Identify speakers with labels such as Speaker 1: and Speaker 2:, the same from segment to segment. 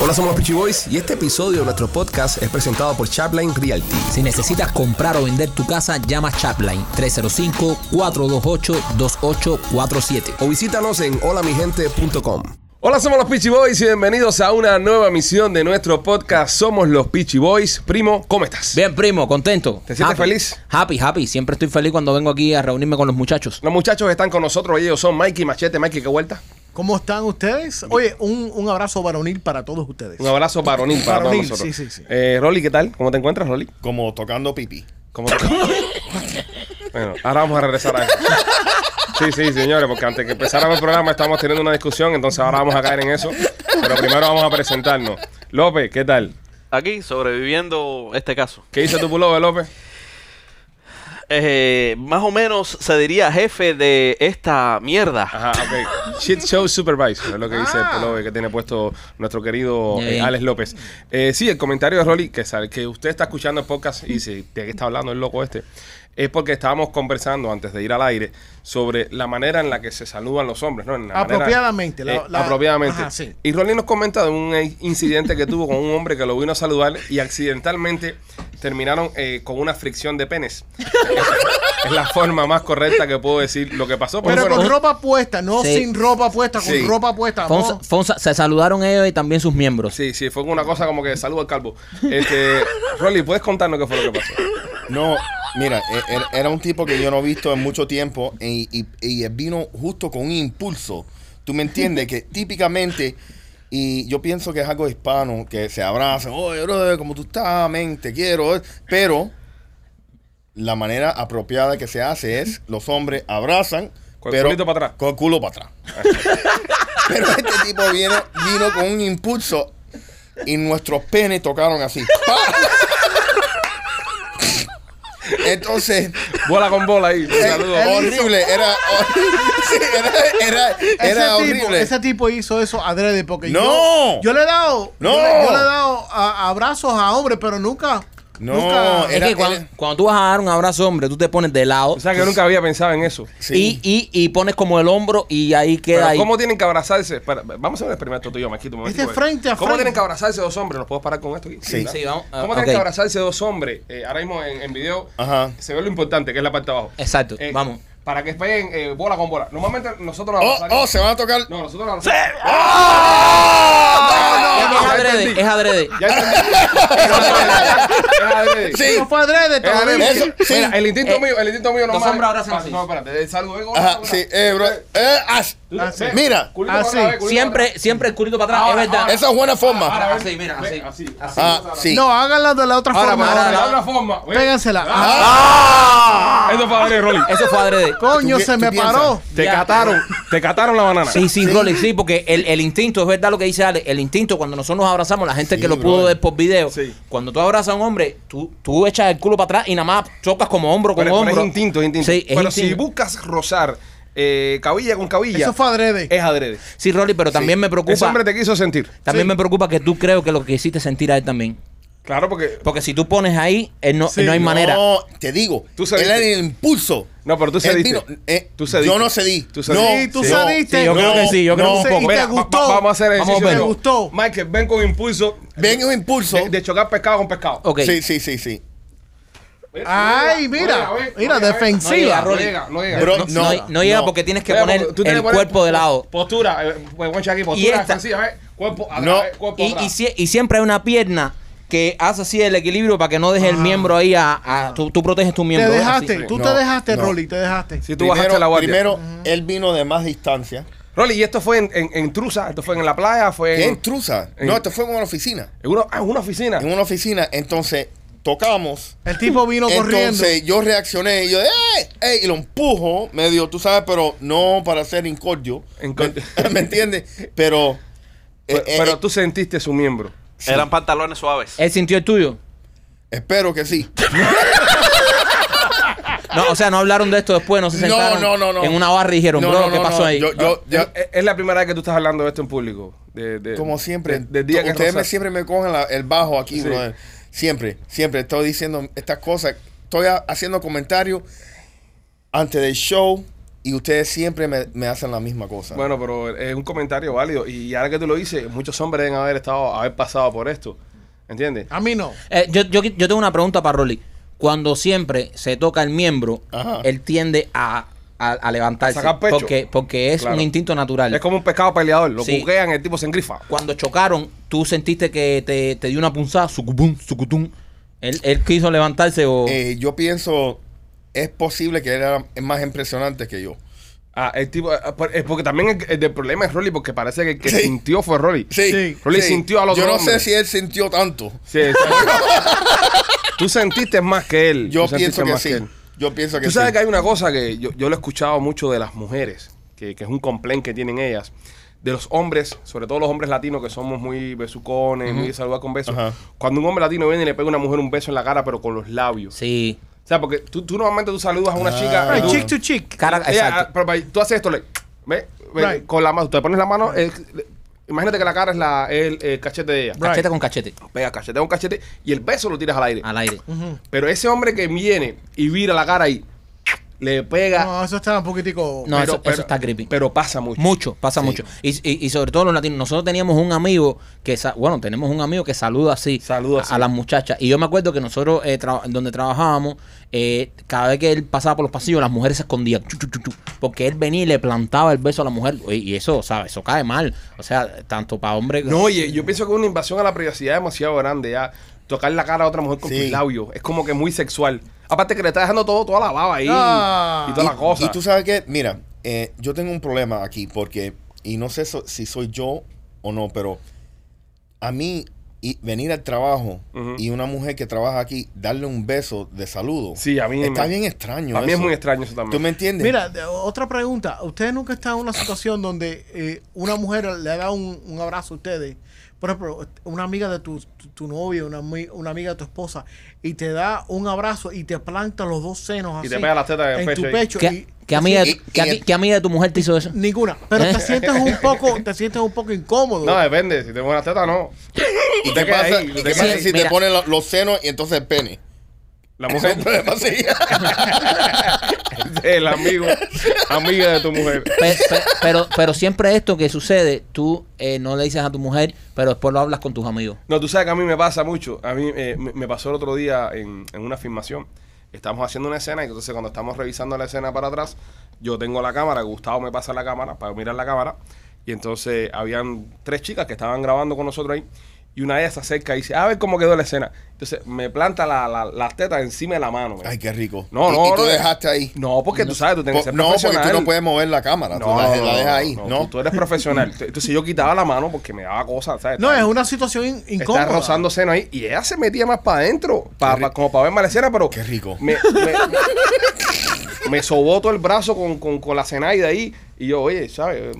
Speaker 1: Hola, somos los Peachy Boys y este episodio de nuestro podcast es presentado por Chapline Realty.
Speaker 2: Si necesitas comprar o vender tu casa, llama Chapline 305-428-2847.
Speaker 1: O visítanos en holamigente.com. Hola, somos los Peachy Boys y bienvenidos a una nueva emisión de nuestro podcast. Somos los Peachy Boys. Primo, ¿cómo estás?
Speaker 2: Bien, primo, contento.
Speaker 1: ¿Te sientes feliz?
Speaker 2: Happy, happy. Siempre estoy feliz cuando vengo aquí a reunirme con los muchachos.
Speaker 1: Los muchachos están con nosotros, ellos son Mikey Machete. Mikey, ¿qué vuelta?
Speaker 3: ¿Cómo están ustedes? Oye, un, un abrazo varonil para todos ustedes.
Speaker 1: Un abrazo varonil para todos
Speaker 3: Varonil,
Speaker 1: nosotros.
Speaker 3: sí, sí, sí.
Speaker 1: Eh, Rolly, ¿qué tal? ¿Cómo te encuentras, Rolly?
Speaker 4: Como tocando pipí.
Speaker 1: ¿Cómo te... bueno, ahora vamos a regresar a eso. Sí, sí, señores, porque antes que empezáramos el programa estamos teniendo una discusión, entonces ahora vamos a caer en eso. Pero primero vamos a presentarnos. López, ¿qué tal?
Speaker 5: aquí sobreviviendo este caso.
Speaker 1: ¿Qué hizo tu pullover, López?
Speaker 5: Eh, más o menos se diría jefe de esta mierda.
Speaker 1: Ajá, ok. Shit Show Supervisor es lo que dice el
Speaker 3: Ah.
Speaker 1: pullover que tiene puesto nuestro querido eh,
Speaker 2: Bien.
Speaker 1: Alex López. Eh, sí, el comentario de Rolly, que, sal- que usted está escuchando el podcast y dice, ¿de qué está hablando el loco este? Es porque estábamos conversando antes de ir al aire sobre la manera en la que se saludan los hombres, ¿no? En la manera-
Speaker 3: Apropiadamente, la-
Speaker 1: eh,
Speaker 3: la-
Speaker 1: apropiadamente.
Speaker 3: Ajá, sí.
Speaker 1: Y Rolly nos comenta de un eh, incidente que tuvo con un hombre que lo vino a saludar y accidentalmente terminaron eh, con una fricción de penes. es la forma más correcta que puedo decir lo que pasó. porque,
Speaker 3: Pero
Speaker 1: bueno,
Speaker 3: con ropa puesta, no
Speaker 2: Sí.
Speaker 3: sin ropa puesta, con
Speaker 1: Sí.
Speaker 3: ropa puesta.
Speaker 2: Fue un-
Speaker 3: ¿no?
Speaker 2: fue un sa- se saludaron ellos y también sus miembros.
Speaker 1: Sí, sí, fue una cosa como que saludo al calvo. Este, Rolly, ¿puedes contarnos qué fue lo que pasó?
Speaker 4: No, mira, e- er- era un tipo que yo no he visto en mucho tiempo y, y- y vino justo con un impulso. ¿Tú me entiendes? Que típicamente, y yo pienso que es algo hispano, que se abrazan, oye, brother, ¿cómo tú estás? Men, te quiero. eh". Pero la manera apropiada que se hace es, los hombres abrazan,
Speaker 1: Con el
Speaker 4: pero
Speaker 1: culito para atrás.
Speaker 4: Con el culo para atrás. pero este tipo vino, vino con un impulso y nuestros penes tocaron así. ¡Pa! Entonces,
Speaker 1: Bola con bola ahí.
Speaker 4: Eh,
Speaker 1: Saludos.
Speaker 3: él-
Speaker 4: horrible, era, sí, era, era,
Speaker 3: Ese,
Speaker 4: era
Speaker 3: tipo,
Speaker 4: horrible.
Speaker 3: ese tipo hizo eso adrede porque yo,
Speaker 4: ¡No!
Speaker 3: yo le he dado,
Speaker 4: ¡No!
Speaker 3: yo, le, yo le he dado a- abrazos a hombres, pero nunca,
Speaker 4: No,
Speaker 3: nunca eh,
Speaker 2: Es
Speaker 4: Era-
Speaker 2: que cuan-
Speaker 4: era-
Speaker 2: cuando, tú vas a dar un abrazo, hombre, tú te pones de lado
Speaker 1: O sea, que yo nunca había pensado en eso.
Speaker 4: Sí.
Speaker 2: y, y, y pones como el hombro y ahí
Speaker 1: Pero,
Speaker 2: queda ahí.
Speaker 1: ¿Cómo tienen que abrazarse? Espera, vamos a hacer un experimento tú y yo, Maquito. un
Speaker 3: Este
Speaker 1: momentico.
Speaker 3: frente a
Speaker 1: ¿Cómo
Speaker 3: frente.
Speaker 1: tienen que abrazarse dos hombres? ¿Nos puedo parar con esto? aquí?
Speaker 4: Sí.
Speaker 1: ¿verdad?
Speaker 2: Sí, vamos, ah,
Speaker 1: ¿Cómo tienen que
Speaker 2: ok.
Speaker 1: abrazarse dos hombres? Eh, ahora mismo en, en video
Speaker 4: Ajá.
Speaker 1: se ve lo importante, que es la parte de abajo.
Speaker 2: Exacto,
Speaker 1: Eh,
Speaker 2: vamos.
Speaker 1: Para que peguen eh, bola con bola. Normalmente nosotros nos
Speaker 4: Oh, oh,
Speaker 1: abrazamos.
Speaker 4: se van a tocar.
Speaker 1: No, nosotros nos abrazamos.
Speaker 2: Es-
Speaker 1: Ah, no,
Speaker 2: es
Speaker 1: ya
Speaker 2: adrede,
Speaker 1: entendí.
Speaker 2: es adrede.
Speaker 1: Ya entendí. Es adrede, es adrede.
Speaker 4: Sí.
Speaker 3: no fue adrede, te
Speaker 1: Es
Speaker 3: lo
Speaker 1: adrede.
Speaker 3: dije.
Speaker 4: eso, sí.
Speaker 1: Mira, el instinto
Speaker 2: Eh,
Speaker 1: mío, el instinto mío no
Speaker 2: dos
Speaker 1: vale.
Speaker 2: hombres abrazan
Speaker 1: Ah,
Speaker 2: así.
Speaker 1: No, espérate, el saludo. eh, hola,
Speaker 4: Ajá,
Speaker 1: hola.
Speaker 4: sí, eh, bro. Eh, as-
Speaker 3: Así.
Speaker 4: mira,
Speaker 1: Culito para
Speaker 3: Así.
Speaker 1: atrás, eh, culito para
Speaker 2: Ah, Siempre,
Speaker 1: atrás.
Speaker 2: siempre el culito para atrás,
Speaker 1: Ahora,
Speaker 2: es verdad.
Speaker 1: ahora.
Speaker 4: esa es buena
Speaker 1: Ahora,
Speaker 4: forma.
Speaker 1: ven,
Speaker 2: así, mira,
Speaker 1: ven,
Speaker 2: así.
Speaker 1: así.
Speaker 4: Ah, sí.
Speaker 3: No, háganla de la otra
Speaker 1: Ahora,
Speaker 3: forma.
Speaker 1: para
Speaker 2: ahora,
Speaker 1: ahora,
Speaker 2: ahora.
Speaker 1: de otra forma. Ah, ven.
Speaker 3: Pégansela.
Speaker 4: Ah,
Speaker 2: ah,
Speaker 1: Eso fue adrede, Rolly.
Speaker 2: Eso fue adrede.
Speaker 3: Coño,
Speaker 4: ¿Tú qué-
Speaker 3: se
Speaker 4: tú
Speaker 3: me
Speaker 4: piensas?
Speaker 3: paró.
Speaker 1: Te
Speaker 2: Ya.
Speaker 1: cataron, te cataron la banana.
Speaker 2: Sí, sí, Rolly, sí, porque el, el instinto, es verdad lo que dice Ale, el instinto cuando nosotros nos abrazamos, la gente
Speaker 4: Sí,
Speaker 2: que lo
Speaker 4: bro.
Speaker 2: pudo ver por video,
Speaker 1: Sí.
Speaker 2: cuando tú abrazas a un hombre, tú, tú echas el culo para atrás y nada más chocas como hombro con
Speaker 1: Pero, pero
Speaker 2: hombro.
Speaker 1: es instinto, es instinto.
Speaker 2: Sí, es
Speaker 1: pero si
Speaker 2: instinto.
Speaker 1: buscas rozar eh, cabilla con cabilla,
Speaker 3: Eso fue
Speaker 4: Eh,
Speaker 3: adrede.
Speaker 1: es adrede.
Speaker 2: Sí, Rolly, pero también me
Speaker 1: Ese
Speaker 2: preocupa,
Speaker 1: hombre te quiso sentir.
Speaker 2: también me preocupa que tú creo que lo que hiciste sentir a él también.
Speaker 1: Claro, porque.
Speaker 2: Porque si tú pones ahí, él no, no hay manera.
Speaker 4: No, te digo,
Speaker 1: Tú
Speaker 4: él
Speaker 1: cediste.
Speaker 4: era el impulso.
Speaker 1: No, pero tú
Speaker 4: Él
Speaker 1: cediste.
Speaker 4: vino, eh,
Speaker 1: Tú cediste.
Speaker 4: Yo no cedí.
Speaker 1: Tú
Speaker 4: No,
Speaker 1: cediste.
Speaker 3: Sí, tú
Speaker 4: no.
Speaker 3: cediste.
Speaker 2: Sí, yo creo que sí, yo creo
Speaker 4: no. pues
Speaker 2: un
Speaker 3: Sí,
Speaker 2: poco.
Speaker 3: y te
Speaker 1: Mira, va-
Speaker 3: gustó.
Speaker 1: va- vamos a hacer ejercicio.
Speaker 2: Vamos a ver.
Speaker 1: de-
Speaker 3: ¿Te gustó?
Speaker 1: Michael, ven con impulso.
Speaker 4: Ven un impulso.
Speaker 1: De, de chocar pescado con pescado.
Speaker 2: Ok.
Speaker 4: Sí, sí, sí, sí.
Speaker 3: Ay, mira, mira,
Speaker 1: defensiva.
Speaker 2: defensiva.
Speaker 1: No llega, no llega.
Speaker 4: Bro,
Speaker 2: no,
Speaker 4: no,
Speaker 2: no- no llega
Speaker 4: no.
Speaker 2: porque tienes que
Speaker 1: Mira,
Speaker 2: poner
Speaker 1: porque tú tienes
Speaker 2: el
Speaker 1: que poner
Speaker 2: cuerpo de lado.
Speaker 1: Postura, eh, pues, guancha aquí, postura
Speaker 2: esta-
Speaker 1: defensiva, eh, Cuerpo atrás,
Speaker 4: No.
Speaker 1: eh, cuerpo
Speaker 2: Y,
Speaker 1: atrás.
Speaker 2: y sie- y siempre hay una pierna que hace así el equilibrio para que no deje el miembro ahí a... a- tú, tú proteges tu
Speaker 3: Te
Speaker 2: miembro. ¿eh? Así.
Speaker 3: dejaste, tú te
Speaker 4: No,
Speaker 3: dejaste,
Speaker 4: no.
Speaker 3: Rolly, te dejaste.
Speaker 1: Si tú bajaste la guardia.
Speaker 4: primero, él vino de más distancia.
Speaker 1: Rolly, ¿y esto fue en, en, en Trusa? ¿Esto fue en la playa? ¿Fue
Speaker 4: ¿Qué
Speaker 1: en,
Speaker 4: intrusa?
Speaker 1: en-
Speaker 4: No, esto fue en una oficina.
Speaker 1: en una, ah, en una oficina?
Speaker 4: En una oficina. Entonces, tocamos.
Speaker 3: El tipo vino corriendo.
Speaker 4: Entonces, yo reaccioné y yo, ¡eh! ¡eh! Y lo empujo, medio, tú sabes, pero no para ser incordio.
Speaker 1: Incordio.
Speaker 4: ¿Me, me entiendes? Pero.
Speaker 1: Pero,
Speaker 4: eh, eh,
Speaker 1: pero
Speaker 4: eh,
Speaker 1: tú sentiste su miembro.
Speaker 5: Eran pantalones
Speaker 1: Eh,
Speaker 5: suaves.
Speaker 2: ¿Él sintió el tuyo?
Speaker 4: Espero que sí.
Speaker 2: No, o sea, no hablaron de esto después, no se
Speaker 4: No,
Speaker 2: sentaron
Speaker 4: no, no, no.
Speaker 2: en una barra y dijeron,
Speaker 4: No,
Speaker 2: bro,
Speaker 4: no,
Speaker 2: ¿qué
Speaker 4: no,
Speaker 2: pasó
Speaker 4: no.
Speaker 2: ahí?
Speaker 4: Yo- yo- yo-
Speaker 1: Ah, es, es la primera vez que tú estás hablando de esto en público. De- de-
Speaker 4: Como siempre,
Speaker 1: de- del día que
Speaker 4: ustedes me,
Speaker 1: Rosa-
Speaker 4: siempre me cogen la- el bajo aquí,
Speaker 1: Sí.
Speaker 4: brother. Siempre, siempre estoy diciendo estas cosas. Estoy ha- haciendo comentarios antes del show y y ustedes siempre me, me hacen la misma cosa.
Speaker 1: Bueno, pero es un comentario válido. Y ahora que tú lo dices, muchos hombres deben haber estado, haber pasado por esto. ¿Entiendes?
Speaker 3: A mí no.
Speaker 2: Eh, yo, yo, yo tengo una pregunta para Rolly. Cuando siempre se toca el miembro,
Speaker 4: Ajá.
Speaker 2: él tiende a, a- a levantarse.
Speaker 1: A sacar pecho.
Speaker 2: Porque, porque es
Speaker 1: Claro.
Speaker 2: un instinto natural.
Speaker 1: Es como un pescado peleador. Lo
Speaker 2: Sí.
Speaker 1: buquean, el tipo se engrifa.
Speaker 2: Cuando chocaron, tú sentiste que te, te dio una punzada, sucutum, sucutum. Él, él quiso levantarse o.
Speaker 4: Eh, yo pienso, es posible que él era más impresionante que yo.
Speaker 1: Ah, el tipo. ah, por- Es porque también el, el del problema es Rolly, porque parece que el que
Speaker 4: Sí.
Speaker 1: sintió fue Rolly.
Speaker 4: Sí.
Speaker 3: Sí.
Speaker 1: Rolly sintió al otro
Speaker 4: Yo no
Speaker 1: hombre.
Speaker 4: sé si él sintió tanto.
Speaker 1: Sí, exacto. Tú sentiste más que él.
Speaker 4: Yo
Speaker 1: Tú sentiste
Speaker 4: pienso que
Speaker 1: más
Speaker 4: sí.
Speaker 1: él.
Speaker 4: Yo pienso que
Speaker 1: Tú sabes
Speaker 4: sí.
Speaker 1: que hay una cosa que yo, yo lo he escuchado mucho de las mujeres, que, que es un complaint que tienen ellas, de los hombres, sobre todo los hombres latinos que somos muy besucones, muy de saludar con besos.
Speaker 4: Ajá.
Speaker 1: Cuando un hombre latino viene y le pega a una mujer un beso en la cara, pero con los labios.
Speaker 2: Sí.
Speaker 1: O sea, porque tú, tú normalmente tú saludas a una
Speaker 4: Ah.
Speaker 1: chica.
Speaker 3: Ay,
Speaker 1: tú-
Speaker 3: chick to chick.
Speaker 2: Cara,
Speaker 1: ella-
Speaker 2: exacto.
Speaker 1: Eh, ah, pero para- tú haces esto, le, ve, ve,
Speaker 3: Right.
Speaker 1: con la mano, te pones la mano, eh, le- imagínate que la cara es la, el, el cachete de ella.
Speaker 3: Right.
Speaker 2: Cachete con cachete.
Speaker 1: Pega cachete un cachete y el beso lo tiras al aire.
Speaker 2: Al aire.
Speaker 1: Pero ese hombre que viene y vira la cara y le pega.
Speaker 3: No, eso está un poquitico.
Speaker 2: No, eso- eso está creepy.
Speaker 1: Pero pasa mucho.
Speaker 2: Mucho, pasa mucho. Y, y- y sobre todo los latinos. Nosotros teníamos un amigo que, sa- bueno, tenemos un amigo que saluda así,
Speaker 1: Saluda
Speaker 2: a-
Speaker 1: así.
Speaker 2: a las muchachas. Y yo me acuerdo que nosotros, eh, tra- donde trabajábamos, eh, cada vez que él pasaba por los pasillos, las mujeres se escondían. chu, chu, chu, chu, porque él venía y le plantaba el beso a la mujer. Oye, Y eso, ¿sabes? Eso cae mal. O sea, tanto para hombre.
Speaker 1: No, oye, yo pienso que es una invasión a la privacidad demasiado grande. Ya tocar la cara a otra mujer con
Speaker 4: Sí.
Speaker 1: tus labios es como que muy sexual. Aparte que le está dejando todo, toda la baba ahí
Speaker 3: Ah.
Speaker 1: y toda
Speaker 4: y,
Speaker 1: la cosa.
Speaker 4: y tú sabes que, mira, eh, yo tengo un problema aquí porque, y no sé so- si soy yo o no, pero a mí y venir al trabajo
Speaker 1: Ujú.
Speaker 4: y una mujer que trabaja aquí darle un beso de saludo.
Speaker 1: Sí, a mí
Speaker 4: Está
Speaker 1: me-
Speaker 4: bien extraño.
Speaker 1: Para mí es
Speaker 4: eso.
Speaker 1: muy extraño eso
Speaker 4: ¿Tú
Speaker 1: también.
Speaker 4: me entiendes?
Speaker 3: Mira, de- otra pregunta. ¿Ustedes nunca están en una situación donde eh, una mujer le haga un, un abrazo a ustedes? Por ejemplo, una amiga de tu, tu, tu novio, una, ami- una amiga de tu esposa, y te da un abrazo y te planta los dos senos así.
Speaker 1: Y te pega las tetas en el
Speaker 3: en
Speaker 1: pecho
Speaker 3: tu
Speaker 1: ahí.
Speaker 3: pecho.
Speaker 2: ¿Qué,
Speaker 3: y-
Speaker 2: qué amiga,
Speaker 4: y-
Speaker 2: qué
Speaker 4: y-
Speaker 2: ami- qué amiga de tu mujer te hizo eso?
Speaker 3: ninguna. Pero
Speaker 2: ¿Eh?
Speaker 3: te sientes un poco, te sientes un poco incómodo.
Speaker 1: No, depende. Si tengo una teta, no.
Speaker 4: ¿Y
Speaker 1: Usted
Speaker 4: qué
Speaker 1: queda
Speaker 4: pasa,
Speaker 1: ahí,
Speaker 4: ¿Y
Speaker 1: usted
Speaker 4: qué
Speaker 1: queda
Speaker 4: pasa
Speaker 2: ahí.
Speaker 4: si
Speaker 2: Mira.
Speaker 4: te ponen lo- los senos y entonces el pene?
Speaker 1: La
Speaker 4: Eso
Speaker 1: mujer
Speaker 4: es un problema, sí.
Speaker 1: el amigo, amiga de tu mujer.
Speaker 2: Pe- pe- Pero, pero, siempre esto que sucede, tú eh, no le dices a tu mujer, pero después lo hablas con tus amigos.
Speaker 1: No, tú sabes que a mí me pasa mucho. A mí eh, me me pasó el otro día en, en una filmación. Estamos haciendo una escena y entonces cuando estamos revisando la escena para atrás, yo tengo la cámara, Gustavo me pasa la cámara para mirar la cámara. Y entonces habían tres chicas que estaban grabando con nosotros ahí. Y una de ellas se acerca y dice, a ver cómo quedó la escena. Entonces me planta la, la, las tetas encima de la mano. güey.
Speaker 4: Ay, qué rico.
Speaker 1: No,
Speaker 4: y,
Speaker 1: no,
Speaker 4: y tú
Speaker 1: no. eh.
Speaker 4: dejaste ahí.
Speaker 1: No, porque tú sabes, tú tienes que
Speaker 4: Po-
Speaker 1: ser
Speaker 4: no, porque
Speaker 1: profesional.
Speaker 4: tú no puedes mover la cámara. tú la, la dejas ahí. No,
Speaker 1: tú- Tú eres profesional. Entonces yo quitaba la mano porque me daba cosas, ¿sabes?
Speaker 3: No,
Speaker 1: Estaba-
Speaker 3: es una situación in- incómoda.
Speaker 1: Está rozando seno ahí y ella se metía más para adentro, pa-
Speaker 4: Qué
Speaker 1: pa-
Speaker 4: ri-
Speaker 1: como para ver más la escena, pero.
Speaker 4: Qué rico.
Speaker 1: Me, me- me sobó todo el brazo con, con, con la cenaida ahí y yo, oye, ¿sabes?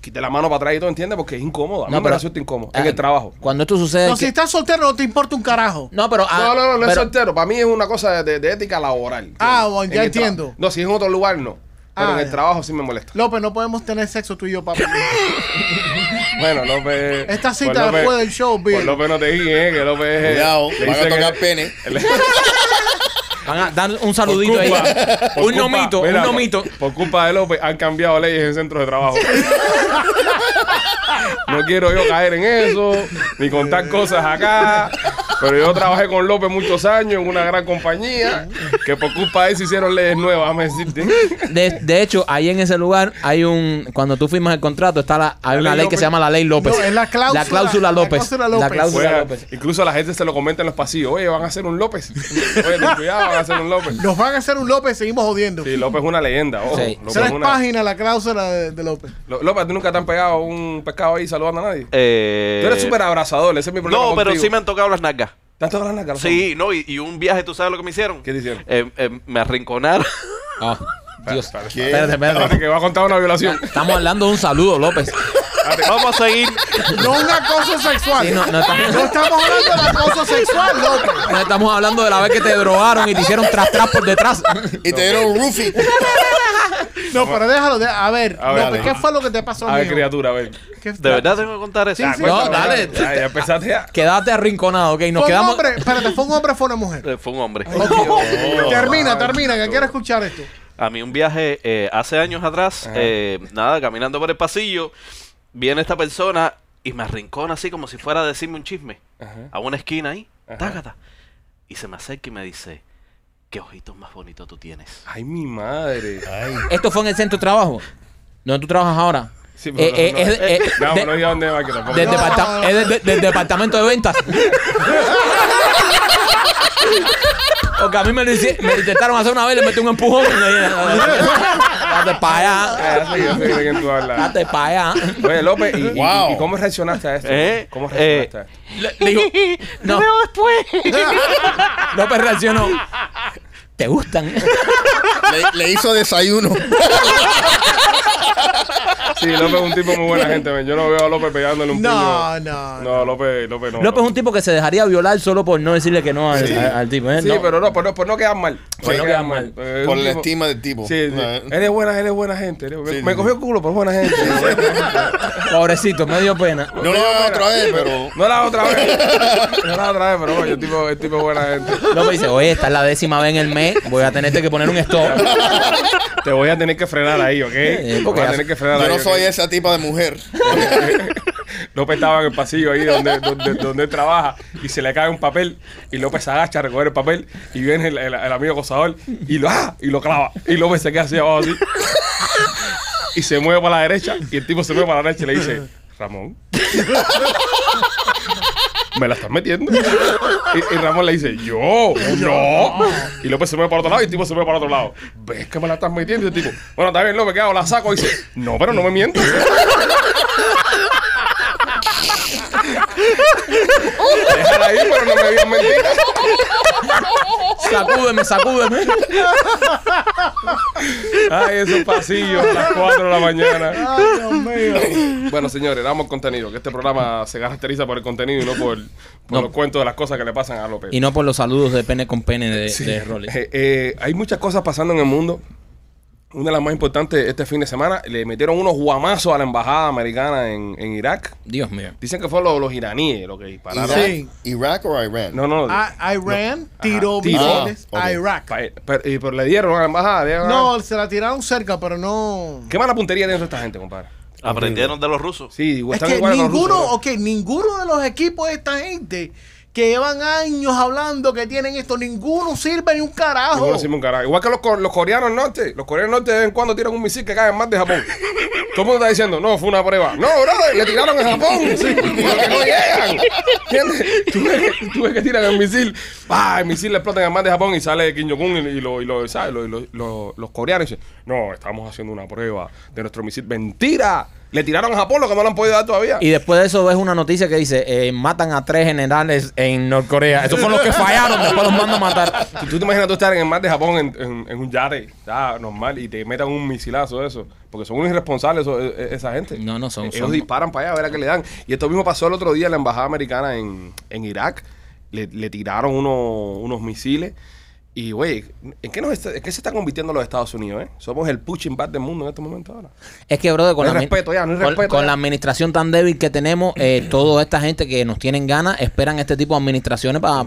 Speaker 1: Quité la mano para atrás y todo, ¿entiendes? Porque es incómodo. A mí
Speaker 2: No,
Speaker 1: me
Speaker 2: pero-
Speaker 1: resulta incómodo.
Speaker 2: Ah,
Speaker 1: en el trabajo.
Speaker 2: Cuando esto sucede.
Speaker 3: No,
Speaker 2: que-
Speaker 3: si estás soltero no te importa un carajo.
Speaker 2: No, pero. ah,
Speaker 1: no, no, no, no es
Speaker 2: pero-
Speaker 1: soltero. Para mí es una cosa de, de ética laboral.
Speaker 3: Ah, bueno, ya
Speaker 1: En el tra-
Speaker 3: entiendo.
Speaker 1: No, si es en otro lugar, no. Pero
Speaker 3: Ah,
Speaker 1: en el
Speaker 3: ya.
Speaker 1: trabajo sí me molesta.
Speaker 3: López, no podemos tener sexo tú y yo, papi.
Speaker 1: Bueno, López.
Speaker 3: Esta cita
Speaker 1: pues, López-
Speaker 3: después del show,
Speaker 1: Pues
Speaker 3: Bill.
Speaker 1: López no te guíe, ¿eh? que López. eh,
Speaker 4: Cuidado,
Speaker 1: le
Speaker 4: van a
Speaker 1: dice que-
Speaker 4: tocar pene.
Speaker 2: Van a dar un saludito ahí.
Speaker 1: Por
Speaker 2: un
Speaker 1: culpa-
Speaker 2: nomito,
Speaker 1: mira,
Speaker 2: un nomito.
Speaker 1: Por, por culpa de López han cambiado leyes en centros de trabajo. no quiero yo caer en eso, ni contar cosas acá. Pero yo trabajé con López muchos años en una gran compañía que por culpa de eso hicieron leyes nuevas, déjame decirte.
Speaker 2: De, de hecho, ahí en ese lugar hay un. Cuando tú firmas el contrato, está la, hay
Speaker 1: La
Speaker 2: una
Speaker 1: ley
Speaker 2: ley que
Speaker 1: López.
Speaker 2: se llama la ley López.
Speaker 3: No, es la cláusula-
Speaker 2: La cláusula
Speaker 3: la
Speaker 2: López. La
Speaker 3: cláusula López.
Speaker 2: cláusula
Speaker 1: Bueno,
Speaker 2: López.
Speaker 1: incluso la gente se lo comenta en los pasillos. Oye, van a hacer un López. Oye, ten cuidado, van a hacer un López.
Speaker 3: Nos van a hacer un López, seguimos jodiendo.
Speaker 1: Sí, López es una leyenda. Ojo,
Speaker 2: Sí.
Speaker 1: López,
Speaker 3: Tres
Speaker 1: es una...
Speaker 3: páginas la cláusula de, de López.
Speaker 1: Lo- López, ¿tú nunca te han pegado un pescado ahí saludando a nadie?
Speaker 5: Eh,
Speaker 1: Tú eres súper abrazador, ese es mi problema
Speaker 5: No, pero
Speaker 1: contigo.
Speaker 5: sí me han tocado las nalgas.
Speaker 1: ¿Te has tocado la cara?
Speaker 5: Sí, no, y, y un viaje, ¿tú sabes lo que me hicieron?
Speaker 1: ¿Qué te hicieron?
Speaker 5: Eh, eh, me arrinconaron.
Speaker 2: Ah, Dios.
Speaker 4: ¿Qué?
Speaker 2: Espérate,
Speaker 1: Espérate,
Speaker 2: espérate.
Speaker 1: que va a contar una violación.
Speaker 2: Estamos hablando de un saludo, López.
Speaker 5: Vamos a seguir.
Speaker 3: No un acoso sexual.
Speaker 2: Sí, no,
Speaker 3: no,
Speaker 2: no estamos-
Speaker 3: estamos hablando de acoso sexual, López.
Speaker 2: No Estamos hablando de la vez que te drogaron y te hicieron tras tras por detrás.
Speaker 4: Y te dieron un roofie.
Speaker 3: No, pero déjalo. de- a ver,
Speaker 1: A ver,
Speaker 3: López,
Speaker 1: dale.
Speaker 3: ¿qué fue lo que te pasó,
Speaker 1: A ver,
Speaker 3: mijo?
Speaker 1: criatura, a ver.
Speaker 3: ¿Qué-
Speaker 5: ¿De verdad tengo que contar eso?
Speaker 3: Sí,
Speaker 5: Ah,
Speaker 3: sí.
Speaker 5: bueno,
Speaker 2: No, dale.
Speaker 1: Ya, ya empezaste a...
Speaker 2: Quédate arrinconado, ok. Nos
Speaker 3: ¿Fue un
Speaker 2: quedamos.
Speaker 1: Oh,
Speaker 3: hombre? Espérate, ¿fue un hombre o fue una mujer?
Speaker 5: eh, Fue un hombre.
Speaker 3: termina, termina, que quiero escuchar esto.
Speaker 5: A mí un viaje eh, hace años atrás,
Speaker 1: Ajá.
Speaker 5: eh, nada, caminando por el pasillo, viene esta persona y me arrincona así como si fuera a decirme un chisme.
Speaker 1: Ajá.
Speaker 5: A una esquina ahí,
Speaker 1: Ajá.
Speaker 5: tácata. Y se me acerca y me dice, qué ojitos más bonitos tú tienes.
Speaker 1: Ay, mi madre.
Speaker 4: Ay.
Speaker 2: Esto fue en el centro de trabajo. ¿Dónde tú trabajas ahora?
Speaker 1: Sí,
Speaker 2: Eh,
Speaker 1: pero
Speaker 2: eh,
Speaker 1: no,
Speaker 2: es-
Speaker 1: no,
Speaker 2: eh,
Speaker 1: no,
Speaker 2: de-
Speaker 1: no diga dónde va que tampoco.
Speaker 2: Del,
Speaker 1: No.
Speaker 2: departa- es del- del- del departamento de ventas. Porque a mí me, lo hici- me lo intentaron hacer una vez, le metí un empujón. y le dije, Date para allá.
Speaker 1: Ah, ya sé, ya sé de quién tú hablas.
Speaker 2: Date para allá.
Speaker 1: Oye, López, ¿y, y-
Speaker 4: Wow.
Speaker 1: y cómo reaccionaste a esto?
Speaker 5: Eh,
Speaker 1: ¿Cómo reaccionaste a
Speaker 5: eh.
Speaker 1: esto?
Speaker 2: Le- le digo, no,
Speaker 5: después.
Speaker 2: López reaccionó. ¿Te gustan?
Speaker 4: Le, le hizo desayuno.
Speaker 1: Sí, López es un tipo muy buena gente. men. Yo no veo a López pegándole un
Speaker 3: No,
Speaker 1: puño.
Speaker 3: no,
Speaker 1: No, López, López no.
Speaker 2: López
Speaker 1: no.
Speaker 2: es un tipo que se dejaría violar solo por no decirle que no al, al- al tipo. ¿eh?
Speaker 1: Sí,
Speaker 2: No.
Speaker 1: pero no, por no, por no quedar mal. Por
Speaker 4: Sí.
Speaker 1: no quedar mal. Eh,
Speaker 4: Por
Speaker 1: un
Speaker 4: la
Speaker 1: tipo-
Speaker 4: estima del tipo.
Speaker 1: Sí, sí.
Speaker 4: Eh,
Speaker 1: Eres buena, eres buena gente. eres-
Speaker 4: Sí,
Speaker 1: me
Speaker 4: sí,
Speaker 1: cogió el culo por buena gente.
Speaker 2: Pobrecito, me dio pena.
Speaker 4: No lo hagas otra vez, pero.
Speaker 1: No la otra vez. No la otra vez, pero bueno, el tipo, el tipo es buena gente.
Speaker 2: López dice, oye, esta es la décima vez en el mes, voy a tenerte que poner un stop.
Speaker 1: Te voy a tener que frenar ahí, ¿ok? Te voy
Speaker 2: porque
Speaker 1: a tener que frenar
Speaker 4: Yo
Speaker 1: ahí.
Speaker 4: no
Speaker 1: ¿ok?
Speaker 4: soy esa tipa de mujer.
Speaker 1: López estaba en el pasillo ahí donde, donde, donde él trabaja y se le cae un papel y López se agacha a recoger el papel y viene el, el- el amigo acosador y lo, ¡ah! y lo clava. Y López se queda así abajo así. Y se mueve para la derecha y el tipo se mueve para la derecha y le dice, Ramón, me la estás metiendo. Y, y Ramón le dice, yo, no. Y López se mueve para otro lado y el tipo se mueve para otro lado. ¿Ves que me la estás metiendo? Y el tipo, bueno, está bien, López, ¿qué hago? La saco y dice, no, pero no me mientas. Déjala ahí, pero no me digas mentiras.
Speaker 2: Sacúdeme, sacúdeme.
Speaker 1: Ay, esos pasillos a las 4 de la mañana.
Speaker 3: Ay, Dios mío.
Speaker 1: Bueno, señores, damos contenido. Que este programa se caracteriza por el contenido y no por, por
Speaker 2: No.
Speaker 1: los cuentos de las cosas que le pasan a López.
Speaker 2: Y no por los saludos de pene con pene de, de Rolly.
Speaker 1: Eh, eh, hay muchas cosas pasando en el mundo. Una de las más importantes este fin de semana, le metieron unos guamazos a la embajada americana en, en Irak.
Speaker 2: Dios mío.
Speaker 1: Dicen que fueron los, los iraníes los que dispararon.
Speaker 4: Irak,
Speaker 3: Sí.
Speaker 4: Irak o Irán.
Speaker 1: No, no.
Speaker 3: Ah, I- Iran tiró
Speaker 1: Ajá, tiró.
Speaker 3: misiles
Speaker 4: Ah, ok.
Speaker 3: a Irak.
Speaker 1: pa- eh, pero, eh, pero le dieron a la embajada. le dieron a-
Speaker 3: No, se la tiraron cerca, pero no.
Speaker 1: Qué mala puntería dentro esta gente, compadre.
Speaker 5: Aprendieron de los rusos.
Speaker 1: Sí, igual-
Speaker 3: Es
Speaker 1: están
Speaker 3: que
Speaker 1: igual a los
Speaker 3: ninguno,
Speaker 1: rusos, ¿no?
Speaker 3: ok, ninguno de los equipos de esta gente que llevan años hablando que tienen esto, ninguno sirve ni un carajo.
Speaker 1: Ninguno sirve un carajo. Igual que los, co- los coreanos norte. Los coreanos norte de vez en cuando tiran un misil que cae en mar de Japón. Todo el mundo está diciendo, no, fue una prueba. No, brother, le tiraron en Japón. Sí, porque no llegan. ¿Entiendes? Tú ves, que, tú ves que tiran el misil. ¡pah! El misil le explota en el mar de Japón y sale Kim Jong-un y, y lo, y lo- ¿sabes? Lo- y lo- lo- los coreanos dicen, no, estamos haciendo una prueba de nuestro misil. ¡Mentira! Le tiraron a Japón lo que no le han podido dar todavía.
Speaker 2: Y después de eso ves una noticia que dice, eh, matan a tres generales en Norcorea. Esos fueron los que fallaron, después los mandan a matar.
Speaker 1: Si tú te imaginas tú estar en el mar de Japón en, en- en un yate, ya, normal, y te metan un misilazo de eso, porque son unos irresponsables eso- e- e- esa gente.
Speaker 2: No, no, son-
Speaker 1: Ellos
Speaker 2: son-
Speaker 1: disparan para allá a ver a qué le dan. Y esto mismo pasó el otro día en la embajada americana en, en Irak. Le, le tiraron uno- unos misiles. Y, güey, ¿en qué, nos está- en qué se está convirtiendo los Estados Unidos, eh? Somos el pushing back del mundo en este momento ahora.
Speaker 2: Es que, brother, con,
Speaker 1: No hay
Speaker 2: la, mi-
Speaker 1: respeto ya, no hay
Speaker 2: con-
Speaker 1: respeto
Speaker 2: con
Speaker 1: ya.
Speaker 2: la administración tan débil que tenemos, eh, toda esta gente que nos tienen ganas esperan este tipo de administraciones para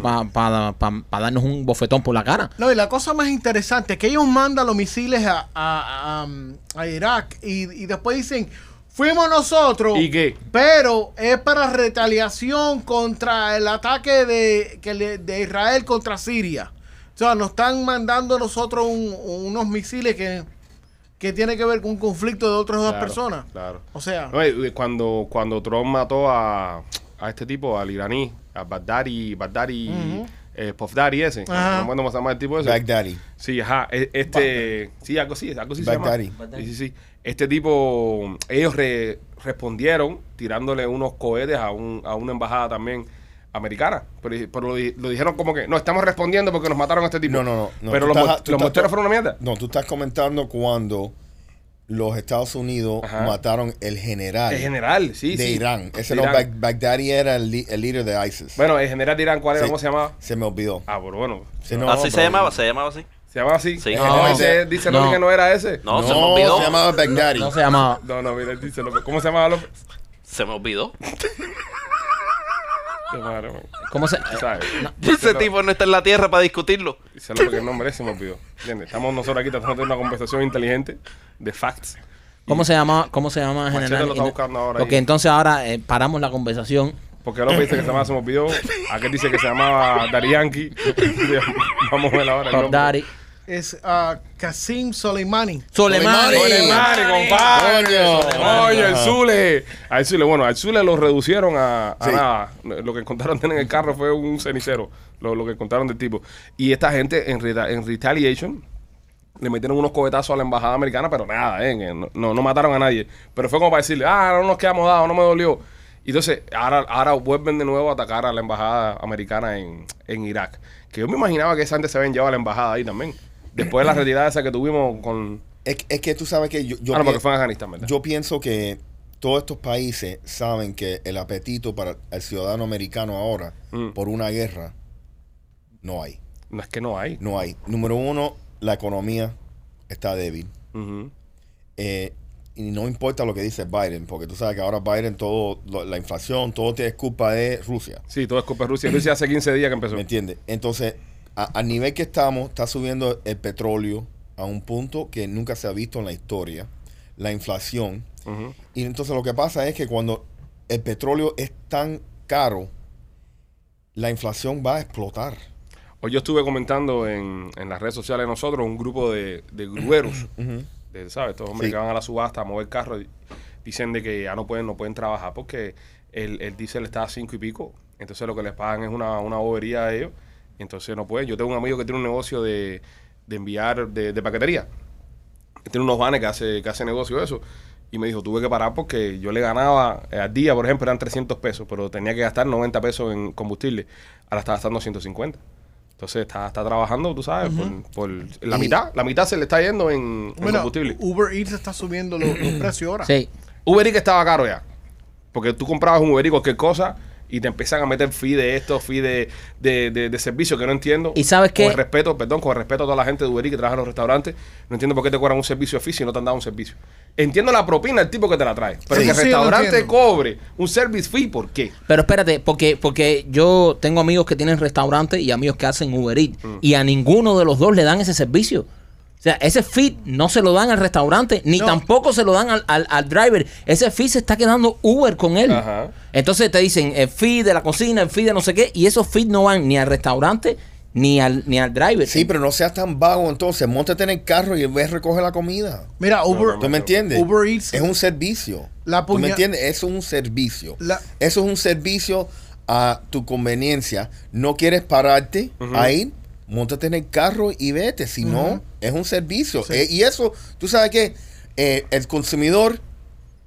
Speaker 2: darnos un bofetón por la cara.
Speaker 3: No, y la cosa más interesante es que ellos mandan los misiles a, a- um, a- a Irak y, y después dicen, fuimos nosotros.
Speaker 1: ¿Y qué?
Speaker 3: Pero es para retaliación contra el ataque de, que le- de Israel contra Siria. O sea, nos están mandando a nosotros un- unos misiles que, que tiene que ver con un conflicto de otras dos
Speaker 1: Claro,
Speaker 3: personas.
Speaker 1: claro.
Speaker 3: O sea,
Speaker 1: No, eh, cuando, cuando Trump mató a, a este tipo, al iraní, a Baghdadi, Baghdadi, eh, Pofdari ese.
Speaker 3: Ajá.
Speaker 1: No me acuerdo cómo se llama el tipo ese.
Speaker 4: Baghdadi.
Speaker 1: Sí, ajá. e- Este, sí, algo así, algo así se llama.
Speaker 4: Baghdadi.
Speaker 1: Sí, sí, sí. Este tipo, ellos re- respondieron tirándole unos cohetes a, un, a una embajada también americana. Pero, pero lo, di- lo dijeron como que, no, estamos respondiendo porque nos mataron a este tipo.
Speaker 4: No, no, no. no.
Speaker 1: Pero
Speaker 4: Tú
Speaker 1: los,
Speaker 4: estás-
Speaker 1: mo-
Speaker 4: tú
Speaker 1: los
Speaker 4: estás-
Speaker 1: moteros fueron una mierda.
Speaker 4: No, tú estás comentando cuando los Estados Unidos
Speaker 1: Ajá.
Speaker 4: mataron el general
Speaker 1: El general, sí,
Speaker 4: de
Speaker 1: sí.
Speaker 4: Irán. Ese
Speaker 1: De
Speaker 4: no,
Speaker 1: Irán.
Speaker 4: Bag- Baghdadi era el, li- el líder de ISIS.
Speaker 1: Bueno, el general de Irán, ¿cuál era?
Speaker 4: Sí.
Speaker 1: ¿Cómo se llamaba?
Speaker 4: Se me olvidó.
Speaker 1: Ah, pero bueno.
Speaker 4: Sí, no,
Speaker 5: así se
Speaker 4: pero-
Speaker 5: llamaba, se llamaba así.
Speaker 1: ¿Se llamaba así?
Speaker 5: Sí.
Speaker 1: No,
Speaker 4: No,
Speaker 1: dice,
Speaker 4: ese-
Speaker 1: dice
Speaker 2: no.
Speaker 1: López que no era ese.
Speaker 5: No,
Speaker 4: No,
Speaker 5: se me olvidó.
Speaker 4: se llamaba Baghdadi.
Speaker 2: No se llamaba.
Speaker 1: No, no, mira, dice López. ¿Cómo se llamaba López?
Speaker 5: Se me olvidó.
Speaker 1: Qué madre, man.
Speaker 2: ¿Cómo se.?
Speaker 1: ¿Sabes?
Speaker 5: Ese tipo no está en la tierra para discutirlo.
Speaker 1: Solo porque el nombre se me olvidó. ¿Entiendes? Estamos nosotros aquí tratando de tener una conversación inteligente de facts.
Speaker 2: ¿Cómo se llama? ¿Cómo se llama en
Speaker 1: Machete
Speaker 2: general?
Speaker 1: lo está buscando ahora
Speaker 2: Porque
Speaker 1: ahí.
Speaker 2: entonces ahora eh, paramos la conversación.
Speaker 1: Porque López dice que se llamaba, se me olvidó. Aquel dice que se llamaba Darianki. Vamos a ver ahora. el
Speaker 2: Top
Speaker 1: nombre.
Speaker 2: Daddy.
Speaker 3: Es ah, Kasim Soleimani.
Speaker 2: Soleimani.
Speaker 1: Soleimani, compadre.
Speaker 4: Coño.
Speaker 1: Soleimani, el Zule. Al Zule, bueno, al Zule lo reducieron a, a
Speaker 4: Sí.
Speaker 1: nada. Lo que encontraron de él en el carro fue un cenicero. Lo, lo que encontraron del tipo. Y esta gente en, reta- en Retaliation le metieron unos cohetazos a la embajada americana, pero nada, eh, que no, no, no mataron a nadie. Pero fue como para decirle, ah, no nos quedamos dados, no me dolió. Y entonces, ahora, ahora vuelven de nuevo a atacar a la embajada americana en, en Irak. Que yo me imaginaba que esa antes se habían llevado a la embajada ahí también. Después de la retirada esa que tuvimos con,
Speaker 4: Es, es que tú sabes que yo, yo
Speaker 1: ah, no,
Speaker 4: pien-
Speaker 1: porque fue en Afganistán, ¿verdad?
Speaker 4: Yo pienso que todos estos países saben que el apetito para el ciudadano americano ahora
Speaker 1: Mm.
Speaker 4: por una guerra no hay.
Speaker 1: no es que no hay.
Speaker 4: No hay. Número uno, la economía está débil.
Speaker 1: Ujú.
Speaker 4: Eh, y no importa lo que dice Biden, porque tú sabes que ahora Biden, todo lo- la inflación, todo te es culpa de Rusia.
Speaker 1: Sí, todo es culpa de Rusia. Rusia hace 15 días que empezó.
Speaker 4: ¿Me entiendes? Entonces, a- al nivel que estamos, está subiendo el petróleo a un punto que nunca se ha visto en la historia. La inflación.
Speaker 1: Ujú.
Speaker 4: Y entonces lo que pasa es que cuando el petróleo es tan caro, la inflación va a explotar.
Speaker 1: Hoy yo estuve comentando en, en las redes sociales de nosotros un grupo de, de grueros, de, ¿sabes? Estos hombres
Speaker 4: Sí.
Speaker 1: que van a la subasta a mover carros y dicen de que ya no pueden, no pueden trabajar porque el, el diésel está a cinco y pico. Entonces lo que les pagan es una, una bobería a ellos. Entonces no pueden. Yo tengo un amigo que tiene un negocio de, de enviar de, de paquetería. tiene unos vanes que hace, que hace negocio de eso. Y me dijo, tuve que parar porque yo le ganaba eh, al día, por ejemplo, eran 300 pesos, pero tenía que gastar 90 pesos en combustible. Ahora está gastando 150. Entonces está, está trabajando, tú sabes, por- por, la
Speaker 4: Y-
Speaker 1: mitad. La mitad se le está yendo en, en
Speaker 3: Mira,
Speaker 1: combustible.
Speaker 3: Uber Eats está subiendo los, los precios ahora.
Speaker 2: Sí.
Speaker 1: Uber Eats estaba caro ya. Porque tú comprabas un Uber Eats, cualquier cosa, y te empiezan a meter fee de esto, fee de, de, de- de servicio que no entiendo.
Speaker 2: ¿Y sabes qué?
Speaker 1: Con el respeto, perdón, con el respeto a toda la gente de Uber Eats que trabaja en los restaurantes, no entiendo por qué te cobran un servicio de fee si no te han dado un servicio. Entiendo la propina del tipo que te la trae, pero
Speaker 3: Sí,
Speaker 1: que el
Speaker 3: sí, lo
Speaker 1: restaurante
Speaker 3: entiendo.
Speaker 1: cobre un service fee, ¿por qué?
Speaker 2: Pero espérate, porque, porque yo tengo amigos que tienen restaurantes y amigos que hacen Uber Eats. Y a ninguno de los dos le dan ese servicio. O sea, ese feed no se lo dan al restaurante, ni
Speaker 3: No.
Speaker 2: tampoco se lo dan al, al- al driver. Ese feed se está quedando Uber con él.
Speaker 1: Ajá.
Speaker 2: Entonces te dicen el feed de la cocina, el feed de no sé qué, y esos feed no van ni al restaurante ni al, ni al driver.
Speaker 4: Sí, pero no seas tan vago entonces. Móntate en el carro y ves recoge la comida.
Speaker 3: Mira, Uber,
Speaker 4: ¿Tú me entiendes?
Speaker 3: Uber Eats.
Speaker 4: Es un servicio.
Speaker 3: La
Speaker 4: ¿Tú
Speaker 3: puña-
Speaker 4: me entiendes? Eso es un servicio.
Speaker 3: La-
Speaker 4: Eso es un servicio a tu conveniencia. No quieres pararte ahí, montate en el carro y vete. Si no, es un servicio. Eh, y eso, tú sabes que eh, el consumidor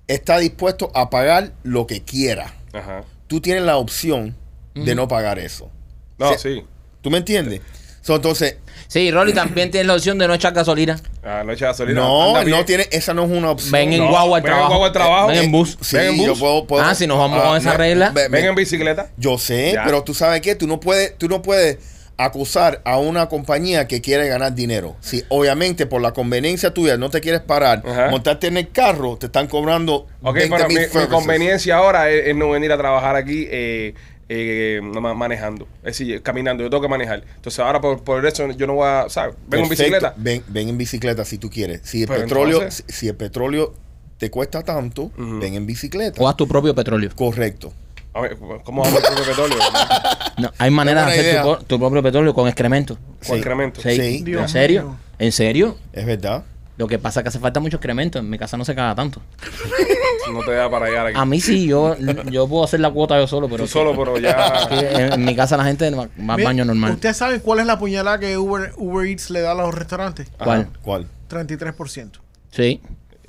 Speaker 4: está dispuesto a pagar lo que quiera.
Speaker 1: Ajá.
Speaker 4: Tú tienes la opción de no pagar eso.
Speaker 1: No,
Speaker 4: Se-
Speaker 1: sí.
Speaker 4: ¿Tú me entiendes? So, entonces,
Speaker 2: Sí, Rolly también tiene la opción de no echar gasolina.
Speaker 1: Ah, no echa gasolina.
Speaker 4: no,
Speaker 1: Anda bien.
Speaker 4: no tiene, esa no es una opción.
Speaker 2: Ven en
Speaker 1: No,
Speaker 2: guagua al
Speaker 1: ven en
Speaker 2: trabajo.
Speaker 1: guagua al trabajo. Eh,
Speaker 2: Ven en bus.
Speaker 4: Sí,
Speaker 1: Ven en
Speaker 4: yo
Speaker 1: bus.
Speaker 4: puedo, puedo-
Speaker 2: Ah, si nos vamos con esa
Speaker 4: no,
Speaker 2: regla.
Speaker 4: ve-
Speaker 1: Ven
Speaker 4: ve-
Speaker 1: en bicicleta.
Speaker 4: Yo sé,
Speaker 1: Ya.
Speaker 4: pero tú sabes que tú no puedes, tú no puedes acusar a una compañía que quiere ganar dinero. Si obviamente por la conveniencia tuya no te quieres parar,
Speaker 1: Ajá.
Speaker 4: montarte en el carro, te están cobrando
Speaker 1: Ok,
Speaker 4: 20
Speaker 1: pero mi,
Speaker 4: mil
Speaker 1: mi
Speaker 4: services.
Speaker 1: conveniencia ahora es, es no venir a trabajar aquí eh, eh, ma- manejando, es decir, caminando, yo tengo que manejar. Entonces ahora por, por eso yo no voy a, ¿sabes? Vengo en
Speaker 4: Perfecto.
Speaker 1: bicicleta.
Speaker 4: Ven, ven en bicicleta si tú quieres. Si el
Speaker 1: Pero
Speaker 4: petróleo,
Speaker 1: entonces-
Speaker 4: si, si el petróleo te cuesta tanto, ven en bicicleta.
Speaker 2: O haz tu propio petróleo.
Speaker 4: Correcto.
Speaker 1: A ver, ¿cómo vamos a hacer el petróleo?
Speaker 2: No, hay maneras de
Speaker 4: buena
Speaker 2: hacer tu,
Speaker 4: idea.
Speaker 2: po- tu propio petróleo con excremento.
Speaker 4: Sí.
Speaker 1: Con incremento.
Speaker 2: Sí.
Speaker 4: Sí.
Speaker 3: Dios
Speaker 2: ¿En serio?
Speaker 3: mío.
Speaker 2: ¿En serio?
Speaker 4: Es verdad.
Speaker 2: Lo que pasa es que hace falta mucho excremento. En mi casa no se caga tanto.
Speaker 1: No te da para llegar aquí.
Speaker 2: A mí sí, yo, yo puedo hacer la cuota yo solo, pero.
Speaker 1: Tú solo, pero
Speaker 2: Sí,
Speaker 1: ya.
Speaker 2: en, en mi casa la gente va va al
Speaker 3: Mira,
Speaker 2: baño normal.
Speaker 3: ¿Ustedes saben cuál es la puñalada que Uber, Uber Eats le da a los restaurantes?
Speaker 2: ¿Cuál?
Speaker 4: ¿Cuál?
Speaker 3: 33%.
Speaker 2: Sí.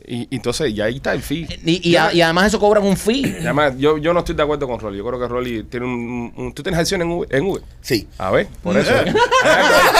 Speaker 1: Y, y entonces, ya ahí está el fee.
Speaker 2: Eh, Y, y a- y además eso cobran un fee.
Speaker 1: Y Además, yo, yo no estoy de acuerdo con Rolly. Yo creo que Rolly tiene un. un- ¿Tú tienes acción en Uber? En Uber?
Speaker 4: Sí.
Speaker 1: A ver, por eso. ¿eh? Hay algo,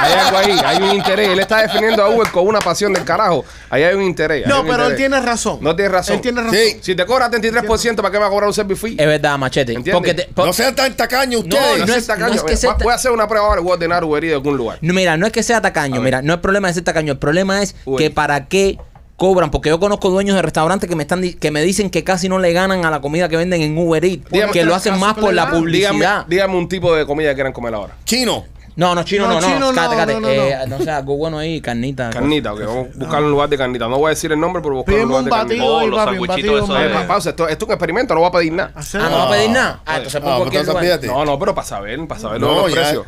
Speaker 1: hay algo ahí, hay un interés. Él está defendiendo a Uber con una pasión del carajo. Ahí hay un interés. hay
Speaker 3: No,
Speaker 1: un
Speaker 3: pero él
Speaker 1: interés.
Speaker 3: tiene razón.
Speaker 1: No tiene razón.
Speaker 3: Él tiene razón.
Speaker 4: Sí.
Speaker 1: Si te cobras 33%, ¿para qué va a cobrar un service fee?
Speaker 2: Es verdad, machete.
Speaker 1: ¿Entiendes?
Speaker 2: Porque te- po-
Speaker 4: No sean tan tacaños ustedes.
Speaker 2: Eh, Pues- no
Speaker 1: Soy
Speaker 2: es-
Speaker 1: tacaño.
Speaker 2: no es que
Speaker 1: Mira,
Speaker 2: sea
Speaker 1: voy-
Speaker 2: ta-
Speaker 1: Voy a hacer una prueba ahora y voy a ordenar Uber Eats de algún lugar.
Speaker 2: no, mira, no es que sea tacaño.
Speaker 1: ver.
Speaker 2: Mira, no es problema de ser tacaño. El problema es
Speaker 1: Uy.
Speaker 2: que para qué cobran, porque yo conozco dueños de restaurantes que me están di- que me dicen que casi no le ganan a la comida que venden en Uber Eats,
Speaker 1: Dígame-
Speaker 2: que lo hacen
Speaker 3: casi
Speaker 2: más
Speaker 3: no
Speaker 2: por
Speaker 3: le
Speaker 2: la
Speaker 3: ganan.
Speaker 1: Dígame,
Speaker 2: publicidad.
Speaker 1: dígame un tipo de comida que quieran comer ahora.
Speaker 4: Chino.
Speaker 2: No, no, chino,
Speaker 3: No,
Speaker 2: no, no.
Speaker 3: chino, no,
Speaker 2: Cállate, cállate.
Speaker 3: no, no,
Speaker 2: Eh, no, sea algo bueno ahí, carnita.
Speaker 1: Carnita, ok. Vamos a buscar un lugar de carnita. No voy a decir el nombre, pero buscar un
Speaker 3: Pídeme
Speaker 1: lugar
Speaker 3: un
Speaker 1: de carnita.
Speaker 3: batido
Speaker 5: Oh,
Speaker 3: hoy,
Speaker 5: los
Speaker 3: papi, un
Speaker 5: sanguichitos
Speaker 3: batido
Speaker 5: esos
Speaker 3: hombre.
Speaker 5: de-
Speaker 1: Eh, pausa, esto, esto es un experimento, no voy a pedir nada.
Speaker 3: Hacer-
Speaker 2: Ah, no va a pedir nada. Ah,
Speaker 1: Oye,
Speaker 2: entonces
Speaker 4: ah,
Speaker 2: pon
Speaker 4: pero
Speaker 2: cualquier
Speaker 4: entonces
Speaker 2: lugar.
Speaker 4: pídate.
Speaker 1: No, no, pero para saber, para saber
Speaker 4: No,
Speaker 1: los
Speaker 4: ya.
Speaker 1: precios.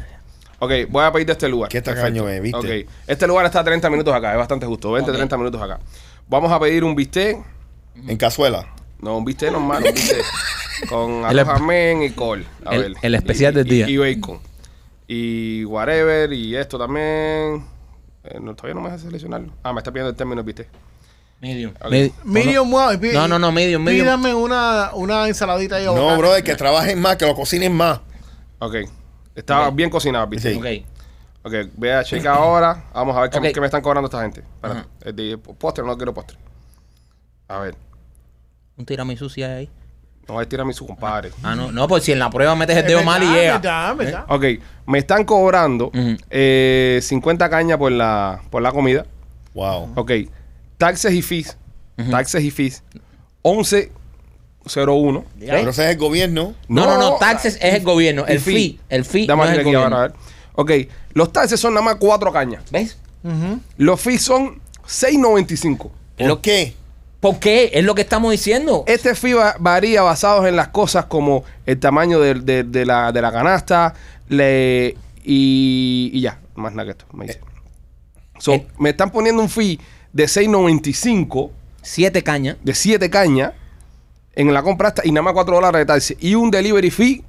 Speaker 1: Ok, voy a pedirte este lugar.
Speaker 4: Qué tacaño es, ¿viste?
Speaker 1: Ok, este lugar está a 30 minutos acá, es bastante justo, 20,
Speaker 2: Ok.
Speaker 1: 30 minutos acá. Vamos a pedir un bistec,
Speaker 4: En cazuela.
Speaker 1: no, un bistec normal, un bistec con
Speaker 2: El-
Speaker 1: arroz amén y col. A
Speaker 2: el-
Speaker 1: ver.
Speaker 2: el especial
Speaker 1: Y-
Speaker 2: del
Speaker 1: y-
Speaker 2: día.
Speaker 1: Y, bacon. Y whatever, y esto también. Eh, no, todavía no me deja seleccionarlo. Ah, me está pidiendo el término bistec.
Speaker 2: Medium.
Speaker 1: Ok.
Speaker 2: Medi-
Speaker 3: Medium, wow.
Speaker 2: No, no, no, medium, medium.
Speaker 3: Pídame una, una ensaladita y
Speaker 4: No,
Speaker 3: aguacate.
Speaker 4: brother, que trabajen más, que lo cocinen más.
Speaker 1: Ok, estaba bien cocinado el bistec.
Speaker 4: Sí.
Speaker 2: Ok.
Speaker 1: Ok, voy a checar ahora. Vamos a ver qué,
Speaker 2: Ok.
Speaker 1: qué me están cobrando esta gente. Espérate. El de postre, no quiero postre. A ver.
Speaker 2: Un tiramisú sí hay ahí.
Speaker 1: No va a tirar a mí su compadre.
Speaker 2: Ah, no, no, pues si en la prueba metes el
Speaker 3: Es
Speaker 2: dedo mal y
Speaker 3: verdad,
Speaker 2: llega.
Speaker 3: verdad, verdad.
Speaker 1: Ok, me están cobrando
Speaker 2: Ujú.
Speaker 1: eh, 50 cañas por la, por la comida.
Speaker 4: Wow.
Speaker 1: Ok, taxes y fees. Taxes y fees. 11.01.
Speaker 2: Ya.
Speaker 4: Pero ese es el gobierno.
Speaker 2: No, no, no,
Speaker 1: No,
Speaker 2: taxes es el gobierno.
Speaker 1: y
Speaker 2: El fee, el fee no
Speaker 1: Dame
Speaker 2: es el
Speaker 1: aquí
Speaker 2: gobierno.
Speaker 1: ahora, a ver. Ok, los taxes son nada más 4 cañas.
Speaker 2: ¿Ves?
Speaker 3: Ujú.
Speaker 1: Los fees son 6.95.
Speaker 4: ¿Por
Speaker 2: Lo-
Speaker 4: qué?
Speaker 2: ¿Por qué? Es lo que estamos diciendo.
Speaker 1: Este fee va- varía basados en las cosas como el tamaño del- de, de la, de la canasta le- y, y ya, más nada que esto. Me, dice. So,
Speaker 2: eh.
Speaker 1: me están poniendo un fee de 6.95,
Speaker 2: Siete cañas.
Speaker 1: de 7 cañas en la compra esta y nada más 4 dólares de taxi y un delivery fee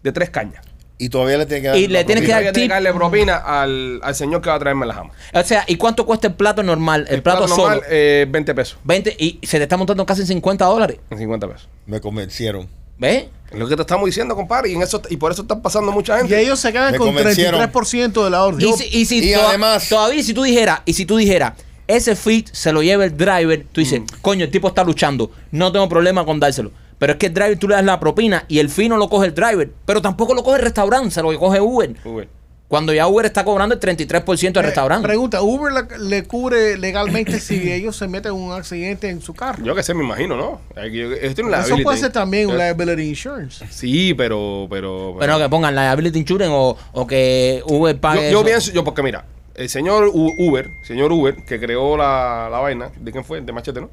Speaker 1: de 3 cañas.
Speaker 4: Y todavía le tienen que dar.
Speaker 2: Y
Speaker 4: la
Speaker 2: le tienes
Speaker 1: Y
Speaker 2: que
Speaker 4: propina.
Speaker 1: todavía
Speaker 2: dar
Speaker 1: tiene
Speaker 2: tip.
Speaker 1: que darle propina al, al señor que va a traerme la jama.
Speaker 2: O sea, ¿y cuánto cuesta el plato normal? El, plato,
Speaker 1: normal,
Speaker 2: solo.
Speaker 1: eh, 20 pesos,
Speaker 2: 20 y se te está montando casi en 50 dólares.
Speaker 1: en 50 pesos.
Speaker 4: Me convencieron.
Speaker 2: ¿Ves?
Speaker 1: Es lo que te estamos diciendo, compadre, y, en eso, y por eso están pasando mucha
Speaker 3: Y
Speaker 1: gente.
Speaker 3: ellos se quedan
Speaker 4: Me
Speaker 3: con
Speaker 4: convencieron.
Speaker 3: 33% de la orden.
Speaker 2: Y si, y si
Speaker 4: y
Speaker 2: toda-
Speaker 4: además-
Speaker 2: todavía si tú dijeras, y si tú dijeras, ese fit se lo lleva el driver, tú dices, coño, el tipo está luchando, no tengo problema con dárselo. Pero es que el driver tú le das la propina y el fee no lo coge el driver, pero tampoco lo coge el restaurante, se lo coge Uber.
Speaker 1: Uy,
Speaker 2: Cuando ya Uber está cobrando el 33% del
Speaker 3: Eh,
Speaker 2: restaurante.
Speaker 3: Pregunta, ¿Uber la- le cubre legalmente si ellos se meten en un accidente en su carro?
Speaker 1: Yo que sé, me imagino, ¿no? Hay que- Ellos tienen
Speaker 3: Eso
Speaker 1: liability.
Speaker 3: puede ser también un
Speaker 1: Eh,
Speaker 3: liability insurance.
Speaker 1: Sí, pero... pero,
Speaker 2: bueno, que pongan la liability insurance o, o que Uber
Speaker 1: yo,
Speaker 2: pague.
Speaker 1: yo
Speaker 2: eso.
Speaker 1: pienso, yo porque mira, el señor U- Uber, señor Uber, que creó la, la vaina, ¿de quién fue? De Machete, ¿no?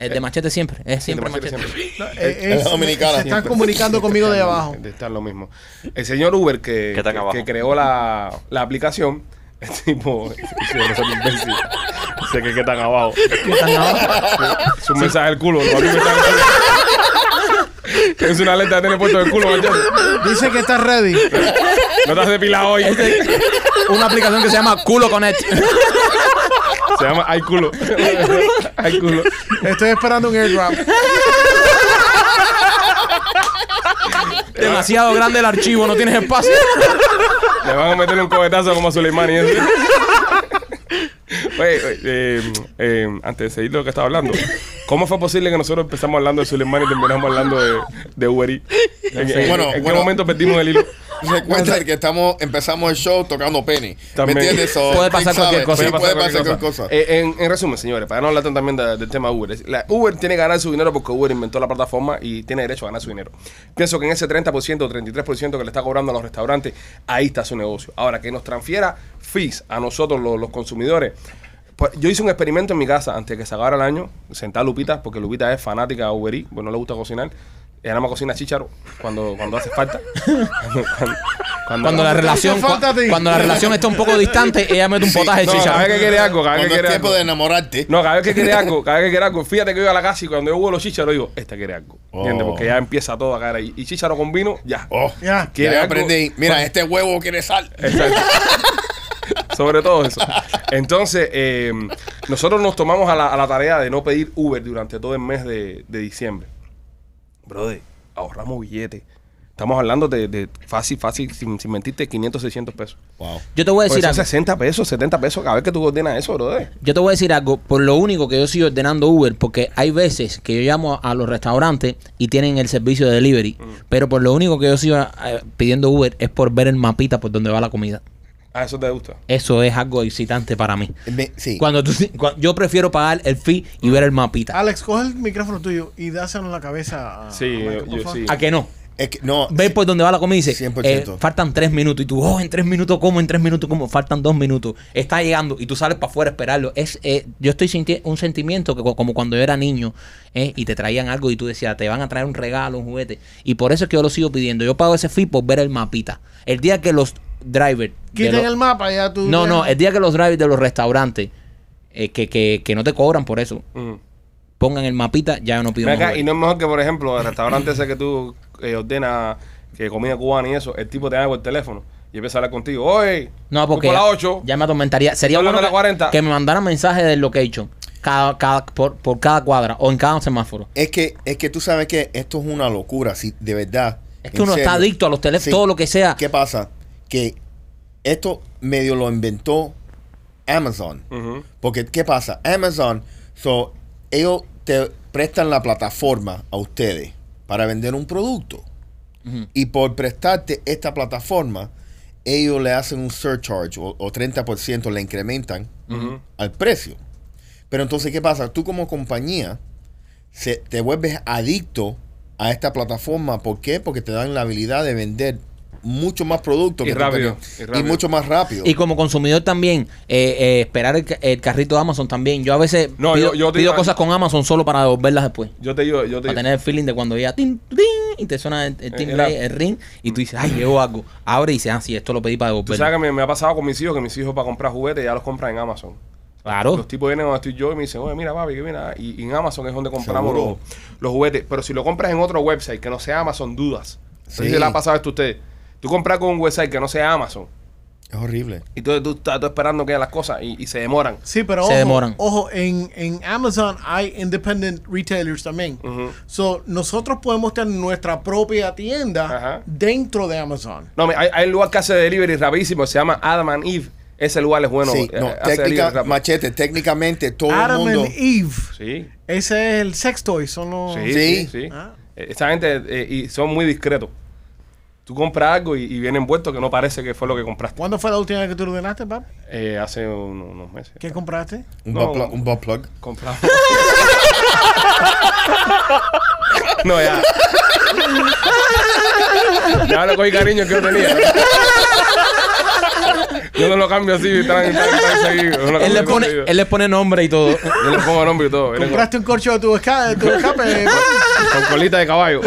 Speaker 2: El de machete siempre. Es siempre
Speaker 1: de
Speaker 2: machete.
Speaker 1: siempre.
Speaker 3: Eh,
Speaker 4: es dominicana.
Speaker 3: Se están comunicando conmigo de abajo.
Speaker 1: De estar lo mismo. El señor Uber que,
Speaker 5: Que están
Speaker 1: que,
Speaker 5: abajo.
Speaker 1: que creó la, la aplicación, el tipo... sí, no soy imbécil. Sé que, que están abajo. Es un mensaje del culo. ¿no? A mí me está- Es una alerta de tener puesto del culo, machete.
Speaker 3: Dice que está ready.
Speaker 1: No te has depilado hoy.
Speaker 2: Una aplicación que se llama Culo Connect.
Speaker 1: Se llama Hay culo. Hay culo.
Speaker 3: Estoy esperando un airdrop.
Speaker 2: Demasiado grande el archivo, no tienes espacio.
Speaker 1: Le van a meter un cohetazo como a Suleimani. ¿eh? Oye, oye, eh, eh, antes de seguir lo que estaba hablando, ¿cómo fue posible que nosotros empezamos hablando de Suleimani y terminamos hablando de, de Uber Eats? ¿En, en-
Speaker 4: Bueno,
Speaker 1: en qué
Speaker 4: bueno.
Speaker 1: momento perdimos el hilo?
Speaker 4: Recuerda que estamos, empezamos el show tocando pene.
Speaker 1: También.
Speaker 4: ¿Me entiendes? So,
Speaker 2: Puede
Speaker 4: quién
Speaker 2: pasar cualquier
Speaker 4: sabe,
Speaker 2: cosa.
Speaker 4: Sí,
Speaker 1: Puede pasar cualquier
Speaker 4: cualquier
Speaker 1: cosa.
Speaker 4: cosa.
Speaker 1: Eh, en, en resumen, señores, para no hablar tan- también de- del tema Uber, es- la- Uber tiene que ganar su dinero porque Uber inventó la plataforma y tiene derecho a ganar su dinero. Pienso que en ese 30% o 33% que le está cobrando a los restaurantes, ahí está su negocio. Ahora, que nos transfiera fees a nosotros, lo- los, consumidores. Pues, yo hice un experimento en mi casa antes de que se acabara el año, sentar a Lupita, porque Lupita es fanática de Uber Eats, pues no le gusta cocinar. Ella nada más cocina chícharo cuando, cuando hace falta. Cuando, cuando-
Speaker 2: Cuando la relación,
Speaker 3: Te falta a ti.
Speaker 2: cuando la relación está un poco distante, ella mete un
Speaker 4: Sí,
Speaker 2: potaje de
Speaker 1: No, cada vez
Speaker 2: chicha.
Speaker 1: que quiere algo, cada vez que
Speaker 4: Cuando
Speaker 1: quiere
Speaker 4: es tiempo
Speaker 1: algo.
Speaker 4: de enamorarte.
Speaker 1: No, cada vez que quiere algo, cada vez que quiere algo, fíjate que yo iba a la casa y cuando yo hubo los chícharos digo, esta quiere algo. ¿Entiendes?
Speaker 4: Oh.
Speaker 1: Porque ya empieza todo a caer ahí. Y chícharo con vino, ya.
Speaker 4: Oh,
Speaker 3: Ya.
Speaker 1: ¿Quiere
Speaker 4: ya
Speaker 1: algo?
Speaker 4: aprendí. Mira, este huevo quiere sal.
Speaker 1: Exacto. Sobre todo eso. Entonces, eh, nosotros nos tomamos a la, a la tarea de no pedir Uber durante todo el mes de, de diciembre. Brother, ahorramos billetes. Estamos hablando de, de fácil, fácil, sin, sin mentirte, 500, 600 pesos.
Speaker 4: Wow.
Speaker 2: Yo te voy a
Speaker 1: Pues
Speaker 2: decir
Speaker 1: son
Speaker 2: algo.
Speaker 1: 60 pesos, 70 pesos cada vez que tú ordenas eso, brother.
Speaker 2: Yo te voy a decir algo, por lo único que yo sigo ordenando Uber, porque hay veces que yo llamo a los restaurantes y tienen el servicio de delivery, pero por lo único que yo sigo eh, pidiendo Uber es por ver el mapita por donde va la comida.
Speaker 1: Ah, eso te gusta.
Speaker 2: Eso es algo excitante para mí.
Speaker 4: Me- sí.
Speaker 2: Cuando tú, cua- yo prefiero pagar el fee y ver el mapita.
Speaker 3: Alex, coge el micrófono tuyo y dáselo en la cabeza. a-
Speaker 1: Sí,
Speaker 3: a Michael,
Speaker 1: yo-
Speaker 3: por
Speaker 1: yo
Speaker 3: favor.
Speaker 1: sí.
Speaker 2: ¿A que no?
Speaker 4: Es que, no,
Speaker 2: Ve por donde va la comida y dice,
Speaker 4: 100%.
Speaker 2: eh, faltan tres minutos. Y tú, oh, en tres minutos como, en tres minutos como, faltan dos minutos. Está llegando y tú sales para afuera a esperarlo. Es, eh, yo estoy sintiendo un sentimiento que, co- como cuando yo era niño eh, y te traían algo y tú decías, te van a traer un regalo, un juguete. Y por eso es que yo lo sigo pidiendo. Yo pago ese fee por ver el mapita. El día que los drivers... de
Speaker 3: Quiten
Speaker 2: los-
Speaker 3: el mapa ya tú.
Speaker 2: No, no, el día que los drivers de los restaurantes, eh, que, que, que no te cobran por eso,
Speaker 1: Mm.
Speaker 2: pongan el mapita, ya yo no pido
Speaker 1: Ven
Speaker 2: más
Speaker 1: acá,
Speaker 2: juguete.
Speaker 1: y no es mejor que, por ejemplo, el restaurante ese que tú eh, ordenas que comida cubana y eso, el tipo te llama por teléfono y empieza a hablar contigo. Oye,
Speaker 2: No,
Speaker 1: voy
Speaker 2: porque
Speaker 1: por
Speaker 2: ya,
Speaker 1: la 8.
Speaker 2: ya me atormentaría. Sería
Speaker 1: Por la
Speaker 2: bueno que,
Speaker 1: 40.
Speaker 2: que me mandaran mensajes del location cada, cada, por, por cada cuadra o en cada semáforo.
Speaker 4: es que es que tú sabes que esto es una locura, si de verdad.
Speaker 2: Es que
Speaker 4: en
Speaker 2: uno está
Speaker 4: serio.
Speaker 2: adicto a los teléfonos,
Speaker 4: Sí.
Speaker 2: todo lo que sea.
Speaker 4: ¿Qué pasa? Que esto medio lo inventó Amazon.
Speaker 1: Ujú.
Speaker 4: Porque, ¿qué pasa? Amazon, so, ellos te prestan la plataforma a ustedes para vender un producto. Y por prestarte esta plataforma, ellos le hacen un surcharge o, o 30% le incrementan
Speaker 1: Ujú.
Speaker 4: al precio. Pero entonces, ¿qué pasa? Tú como compañía se- te vuelves adicto a esta plataforma. ¿Por qué? Porque te dan la habilidad de vender mucho más producto
Speaker 1: Y
Speaker 4: tú
Speaker 1: rápido,
Speaker 4: tenías.
Speaker 1: y
Speaker 4: y,
Speaker 1: rápido.
Speaker 4: mucho más rápido.
Speaker 2: Y como consumidor también, eh, eh, esperar el, ca- el carrito de Amazon también. Yo a veces
Speaker 1: No,
Speaker 2: pido,
Speaker 1: yo- yo te
Speaker 2: pido
Speaker 1: iba-
Speaker 2: cosas con Amazon solo para devolverlas después.
Speaker 1: Yo te digo, Eh, yo te
Speaker 2: Para tener el feeling de cuando ya tin, tin, y te suena el, el timbre,
Speaker 1: Era-
Speaker 2: ahí, el ring, y tú dices, ay, llevo algo. Abre y dices, ah, sí, esto lo pedí para
Speaker 1: Tú sabes
Speaker 2: devolverlo.
Speaker 1: que me, me ha pasado con mis hijos, que mis hijos para comprar juguetes ya los compran en Amazon.
Speaker 2: Claro.
Speaker 1: Los tipos vienen donde estoy yo y me dicen, oye, mira, papi, que mira. Y, y en Amazon es donde compramos los,
Speaker 4: Seguro.
Speaker 1: los juguetes. Pero si lo compras en otro website que no sea Amazon, dudas.
Speaker 4: Sí.
Speaker 1: Si le ha pasado esto a ustedes. Tú compras con un website que no sea Amazon.
Speaker 4: es horrible.
Speaker 1: Y tú, tú estás tú esperando que hagan las cosas y, y se demoran.
Speaker 3: Sí, pero
Speaker 2: Se
Speaker 3: ojo,
Speaker 2: demoran.
Speaker 3: ojo en, en Amazon hay independent retailers también.
Speaker 1: Ujú.
Speaker 3: So, nosotros podemos tener nuestra propia tienda
Speaker 1: Ajá.
Speaker 3: dentro de Amazon.
Speaker 1: No, me- hay, hay un lugar que hace delivery rapidísimo, se llama Adam and Eve. Ese lugar es bueno.
Speaker 4: sí,
Speaker 1: eh,
Speaker 4: no,
Speaker 1: hace delivery
Speaker 4: técnica,
Speaker 1: rápido.
Speaker 4: machete, técnicamente todo
Speaker 3: Adam
Speaker 4: el mundo.
Speaker 3: and Eve.
Speaker 1: Sí,
Speaker 3: Ese es el sex toy, son los...
Speaker 1: sí, sí.
Speaker 4: Sí.
Speaker 1: sí.
Speaker 3: Ah.
Speaker 1: Eh, Esa gente eh, y son muy discretos. Tú compras algo y, y viene envuelto que no parece que fue lo que compraste
Speaker 3: ¿Cuándo fue la última vez que tú lo ordenaste, pap?
Speaker 1: eh, hace un- unos meses.
Speaker 3: ¿Qué compraste?
Speaker 4: Un,
Speaker 1: No.
Speaker 4: butt plug, un butt plug.
Speaker 1: Compramos. no, ya. Ya le cogí cariño que yo tenía. Yo no lo cambio así, tan, tan, tan seguido. Yo no lo
Speaker 2: Él le,
Speaker 1: cambio
Speaker 2: pone,
Speaker 1: seguido.
Speaker 2: él le pone nombre y todo.
Speaker 1: Yo le pongo nombre y todo. Viene con-
Speaker 3: ¿Compraste un corcho de tu, esca- de tu escape?
Speaker 1: Con colita de caballo.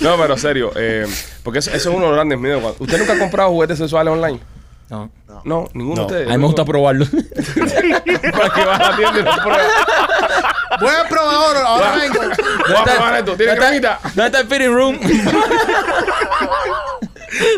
Speaker 1: No, pero serio, eh, porque eso, eso es uno de los grandes miedos. Cuando- ¿Usted nunca ha comprado juguetes sexuales online?
Speaker 2: No.
Speaker 1: No, ninguno
Speaker 4: No.
Speaker 1: de ustedes.
Speaker 2: A mí me gusta probarlo.
Speaker 1: Para que vas a la tienda y lo pruebas.
Speaker 3: Voy a probar ahora, ahora vengo.
Speaker 1: Voy a probar esto. ¿Tiene
Speaker 2: ¿Dónde
Speaker 1: cremita?
Speaker 2: está- ¿Dónde está el fitting room?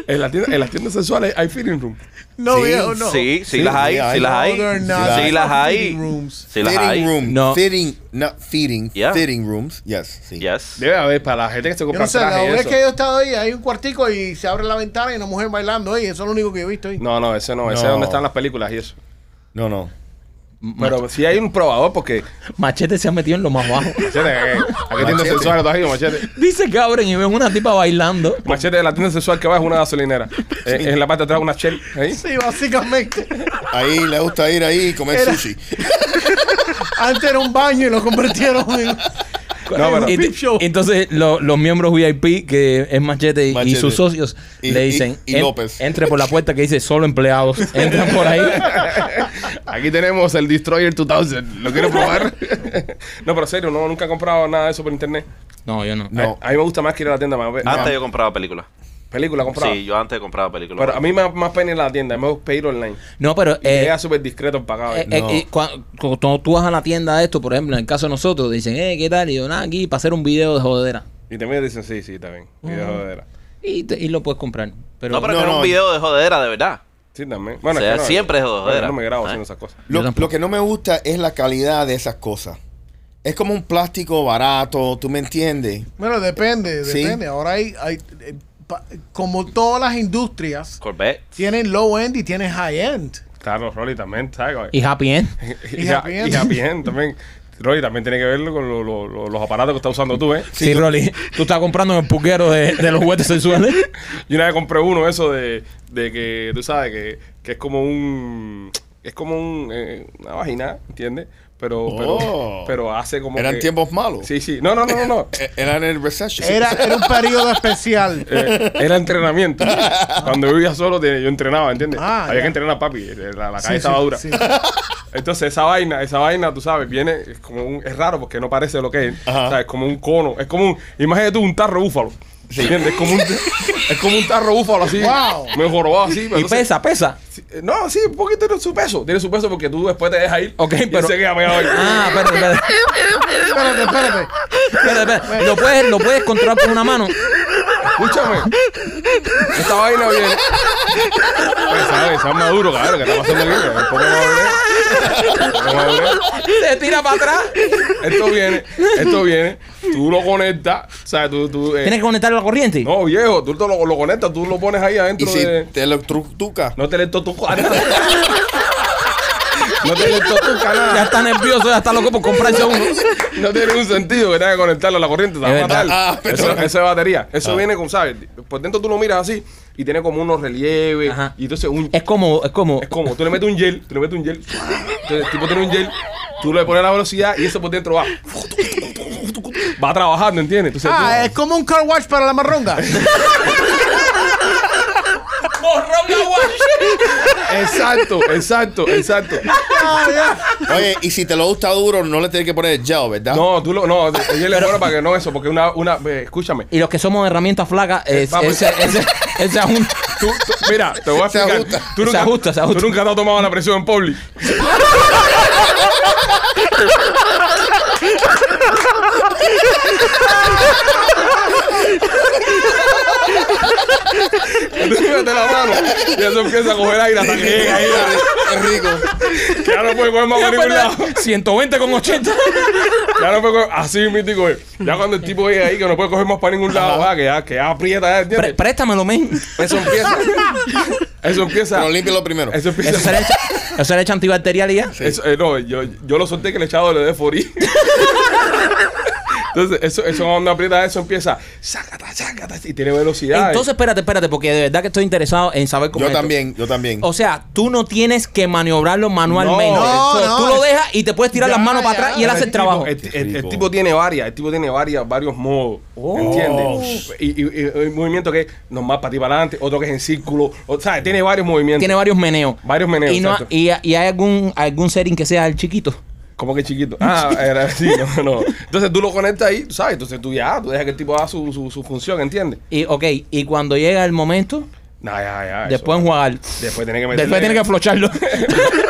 Speaker 1: En, la tienda- en las tiendas sexuales hay fitting room.
Speaker 3: No,
Speaker 4: Sí,
Speaker 3: viejo, no.
Speaker 5: Sí, sí,
Speaker 4: Sí,
Speaker 5: las hay,
Speaker 4: sí hay.
Speaker 5: sí las hay.
Speaker 3: No, they're not.
Speaker 5: Sí las hay.
Speaker 3: Fitting rooms.
Speaker 5: Sí las
Speaker 4: Fitting
Speaker 5: hay.
Speaker 4: room.
Speaker 2: No.
Speaker 4: Fitting, not feeding.
Speaker 5: Yeah.
Speaker 4: Fitting rooms. Yes. Sí.
Speaker 5: Yes.
Speaker 1: Debe haber para la gente que se
Speaker 3: Yo
Speaker 1: compra
Speaker 3: no sé, la
Speaker 1: traje y
Speaker 3: vez
Speaker 1: eso.
Speaker 3: que yo he estado ahí, hay un cuartico y se abre la ventana y una mujer bailando ahí. Eso es lo único que yo he visto ahí.
Speaker 1: No, no, ese no, ese es
Speaker 4: No.
Speaker 1: donde están las películas y eso.
Speaker 4: No, no.
Speaker 1: Pero si hay un probador, porque.
Speaker 2: Machete se ha metido en lo más bajo.
Speaker 1: Machete, ¿a qué- ¿a qué tienda
Speaker 4: Machete.
Speaker 1: sexual tú has ido, machete?
Speaker 2: Dice que abren y ven una tipa bailando.
Speaker 1: Machete de la tienda sexual que va es una gasolinera. Eh, En la parte de atrás una shell. ¿eh? ahí.
Speaker 3: Sí, básicamente.
Speaker 4: Ahí le gusta ir ahí y comer
Speaker 3: Era-
Speaker 4: sushi.
Speaker 3: Antes era un baño y lo convirtieron en.
Speaker 1: No, pero-
Speaker 2: Y te-
Speaker 3: Peep show.
Speaker 2: entonces lo- los miembros VIP, que es Machete y, y
Speaker 4: Machete.
Speaker 2: sus socios,
Speaker 4: Y-
Speaker 2: le
Speaker 4: y-
Speaker 2: dicen:
Speaker 4: y
Speaker 2: "En-
Speaker 4: López".
Speaker 2: Entre por la puerta que dice solo empleados. Entran por ahí.
Speaker 1: Aquí tenemos el Destroyer 2000. ¿Lo quiero probar? no, pero serio, no, nunca he comprado nada de eso por internet.
Speaker 2: No, yo no.
Speaker 4: No.
Speaker 1: A, a mí me gusta más que ir a la tienda. Más,
Speaker 5: Antes
Speaker 1: más
Speaker 5: yo compraba películas.
Speaker 1: película compraba.
Speaker 5: Sí, yo antes compraba películas.
Speaker 1: Pero a mí me da más pena ir a la tienda. Me gusta pedir online.
Speaker 2: No, pero.
Speaker 1: Y
Speaker 2: eh,
Speaker 1: llega súper discreto el pagado.
Speaker 2: eh, eh,
Speaker 4: No.
Speaker 2: y cua- cuando tú vas a la tienda de esto, por ejemplo, en el caso de nosotros, dicen, eh, ¿qué tal? Y yo, nada, aquí para hacer un video de jodera.
Speaker 1: y también dicen, sí, sí, está bien. Y de jodera.
Speaker 2: Y, te- y lo puedes comprar. Pero,
Speaker 5: no, pero
Speaker 4: No,
Speaker 5: que era
Speaker 4: no,
Speaker 5: un video de jodera, de verdad.
Speaker 1: Sí, también. Bueno,
Speaker 5: O sea,
Speaker 1: no,
Speaker 5: siempre es
Speaker 1: bueno,
Speaker 5: jodera.
Speaker 1: no me grabo
Speaker 5: Ah.
Speaker 1: haciendo esas cosas.
Speaker 4: Lo,
Speaker 2: tampoco.
Speaker 4: lo que no me gusta es la calidad de esas cosas. Es como un plástico barato, ¿tú me entiendes?
Speaker 3: Bueno, depende,
Speaker 4: Sí.
Speaker 3: depende. Ahora hay. hay, eh, pa- como todas las industrias,
Speaker 5: Corvette.
Speaker 3: tienen low end y tienen high end.
Speaker 1: Claro, Rolly también, ¿sabes?
Speaker 2: y Happy End.
Speaker 1: Y,
Speaker 3: Y
Speaker 1: y,
Speaker 3: Happy End.
Speaker 1: y Happy End también. Rolly, también tiene que verlo con lo- lo- lo- los aparatos que estás usando tú, ¿eh?
Speaker 2: Sí, Rolly. Tú estás comprando en el puquero de, de los juguetes sexuales.
Speaker 1: Yo una vez compré uno eso de, de que, tú sabes, que, que es como un... Es como un, eh, una vagina, ¿entiendes? Pero,
Speaker 4: Oh.
Speaker 1: pero, pero hace como
Speaker 4: Eran
Speaker 1: que-
Speaker 4: tiempos malos.
Speaker 1: Sí, sí. No, no, no, no. no.
Speaker 4: E- Eran el recession.
Speaker 3: Era, era un periodo especial.
Speaker 1: Eh, era entrenamiento. Cuando yo vivía solo, te- yo entrenaba, ¿entiendes?
Speaker 3: Ah,
Speaker 1: Había
Speaker 3: ya.
Speaker 1: que entrenar, papi. La, la calle
Speaker 3: Sí,
Speaker 1: estaba
Speaker 3: sí,
Speaker 1: dura.
Speaker 3: sí.
Speaker 1: Entonces, esa vaina, esa vaina, tú sabes, viene es como un. Es raro porque no parece lo que es.
Speaker 4: Ajá.
Speaker 1: O sea, es como un cono. Es como un. Imagínate tú un tarro búfalo. ¿Entiendes? Es como un, es como un tarro búfalo así.
Speaker 3: Wow.
Speaker 1: Me jorobado así. pero
Speaker 2: Y
Speaker 1: entonces-
Speaker 2: pesa, pesa.
Speaker 1: sí, eh, No, sí, un poquito tiene su peso. Tiene su peso porque tú después te dejas ir.
Speaker 2: Ok,
Speaker 1: y él
Speaker 2: pero-
Speaker 1: se queda pegado ahí.
Speaker 2: Ah, espérate, espérate.
Speaker 3: Espérate, espérate.
Speaker 2: Espérate, espérate. ¿Lo puedes, lo puedes controlar con una mano.
Speaker 1: Escúchame. Esta vaina viene. Pues, ¿sabes? Son maduro, cabrón. ¿Qué está pasando aquí? cabrón? ¿Cómo va a ¿Cómo va a
Speaker 2: Se tira para atrás.
Speaker 1: Esto viene, esto viene. Tú lo conectas. ¿Sabes? Tú, tú, eh,
Speaker 2: Tienes que conectar la corriente.
Speaker 1: No, viejo, tú te lo, lo conectas, tú lo pones ahí
Speaker 4: Y
Speaker 1: adentro
Speaker 4: si
Speaker 1: de.
Speaker 4: te electrocutas.
Speaker 1: No te le to- tu cuarto. No tiene to- tu
Speaker 2: Ya
Speaker 1: canal.
Speaker 2: está nervioso, ya está loco por comprarse uno.
Speaker 1: No tiene un sentido que tenga que conectarlo a la corriente. Te va a
Speaker 2: Es verdad.
Speaker 1: matar.
Speaker 4: Ah, pero-
Speaker 1: eso, eso es batería. Eso viene con, ¿sabes? Por dentro tú lo miras así y tiene como unos relieves.
Speaker 2: Ajá.
Speaker 1: Y entonces un,
Speaker 2: Es como, es como.
Speaker 1: Es como, tú le metes un gel, tú le metes un gel. Entonces, el tipo tiene un gel, tú le pones la velocidad y eso por dentro va. Va trabajando, ¿entiendes? Entonces,
Speaker 3: Ah,
Speaker 1: tú-
Speaker 3: es como un car wash para la marronga.
Speaker 1: Exacto, exacto, exacto.
Speaker 3: Ah, ya.
Speaker 4: Oye, y si te lo gusta duro, no le tienes que poner el gel, ¿verdad?
Speaker 1: No, tú lo, no, el gel es bueno para que no eso, porque una, una, eh, escúchame.
Speaker 2: Y los que somos de herramientas flacas, es,
Speaker 1: Vamos.
Speaker 2: ese, ese, ese ajun-
Speaker 1: Tú, tú- mira, te voy a
Speaker 4: Se
Speaker 1: explicar.
Speaker 4: ajusta.
Speaker 1: Tú
Speaker 2: Se
Speaker 1: nunca,
Speaker 2: ajusta, se ajusta.
Speaker 1: Tú nunca te has tomado la presión en Publi. Entonces, mete la mano y eso empieza a coger aire hasta que llega ahí.
Speaker 4: Es rico.
Speaker 1: que Ya no puede coger más para ningún lado.
Speaker 2: 120 con 80.
Speaker 1: Ya no puede coger. Así mítico es. Ya cuando el tipo llega ahí que no puede coger más para ningún lado, ah, que ya, que ya aprieta, ya,
Speaker 2: Pré-
Speaker 1: ¿entiendes?
Speaker 2: préstamelo, men.
Speaker 1: Eso empieza. Eso empieza.
Speaker 4: Pero límpialo primero.
Speaker 1: Eso empieza.
Speaker 2: Eso se le echa, eso se le echa antibacterial y ya.
Speaker 1: Eso, eh, no, yo, yo lo solté que el echado le dé forí. E. Entonces, eso, eso cuando aprieta eso empieza. Sácata, sácata. Y tiene velocidad.
Speaker 2: Entonces, espérate, espérate, porque de verdad que estoy interesado en saber cómo es
Speaker 4: Yo
Speaker 2: esto.
Speaker 4: también, yo también.
Speaker 2: O sea, tú no tienes que maniobrarlo manualmente.
Speaker 3: No,
Speaker 2: Eso,
Speaker 3: no,
Speaker 2: tú lo
Speaker 3: es-
Speaker 2: dejas y te puedes tirar
Speaker 3: Ya,
Speaker 2: las manos para
Speaker 3: ya.
Speaker 2: atrás y él hace el
Speaker 1: tipo-
Speaker 2: trabajo.
Speaker 1: El,
Speaker 4: Qué
Speaker 1: el- el
Speaker 4: rico. Oh.
Speaker 1: tipo tiene varias, el tipo tiene varias, varios modos. ¿Entiendes? Y, y- y un movimiento que es normal para ti para adelante, otro que es en círculo. O sea, tiene varios movimientos.
Speaker 2: Tiene varios meneos.
Speaker 1: Varios meneos,
Speaker 2: Y, no,
Speaker 1: exacto.
Speaker 2: y, y hay algún, algún setting que sea el chiquito.
Speaker 1: Como que chiquito. Ah, era así, no, no. Entonces tú lo conectas ahí, ¿sabes? Entonces tú ya, tú dejas que el tipo haga su, su, su función, ¿entiendes?
Speaker 2: Y, ok, y cuando llega el momento,
Speaker 1: Nah, ya, ya. eso. Pues
Speaker 2: después enjuagar.
Speaker 1: Después tiene que meterle-
Speaker 2: Después tiene que aflocharlo.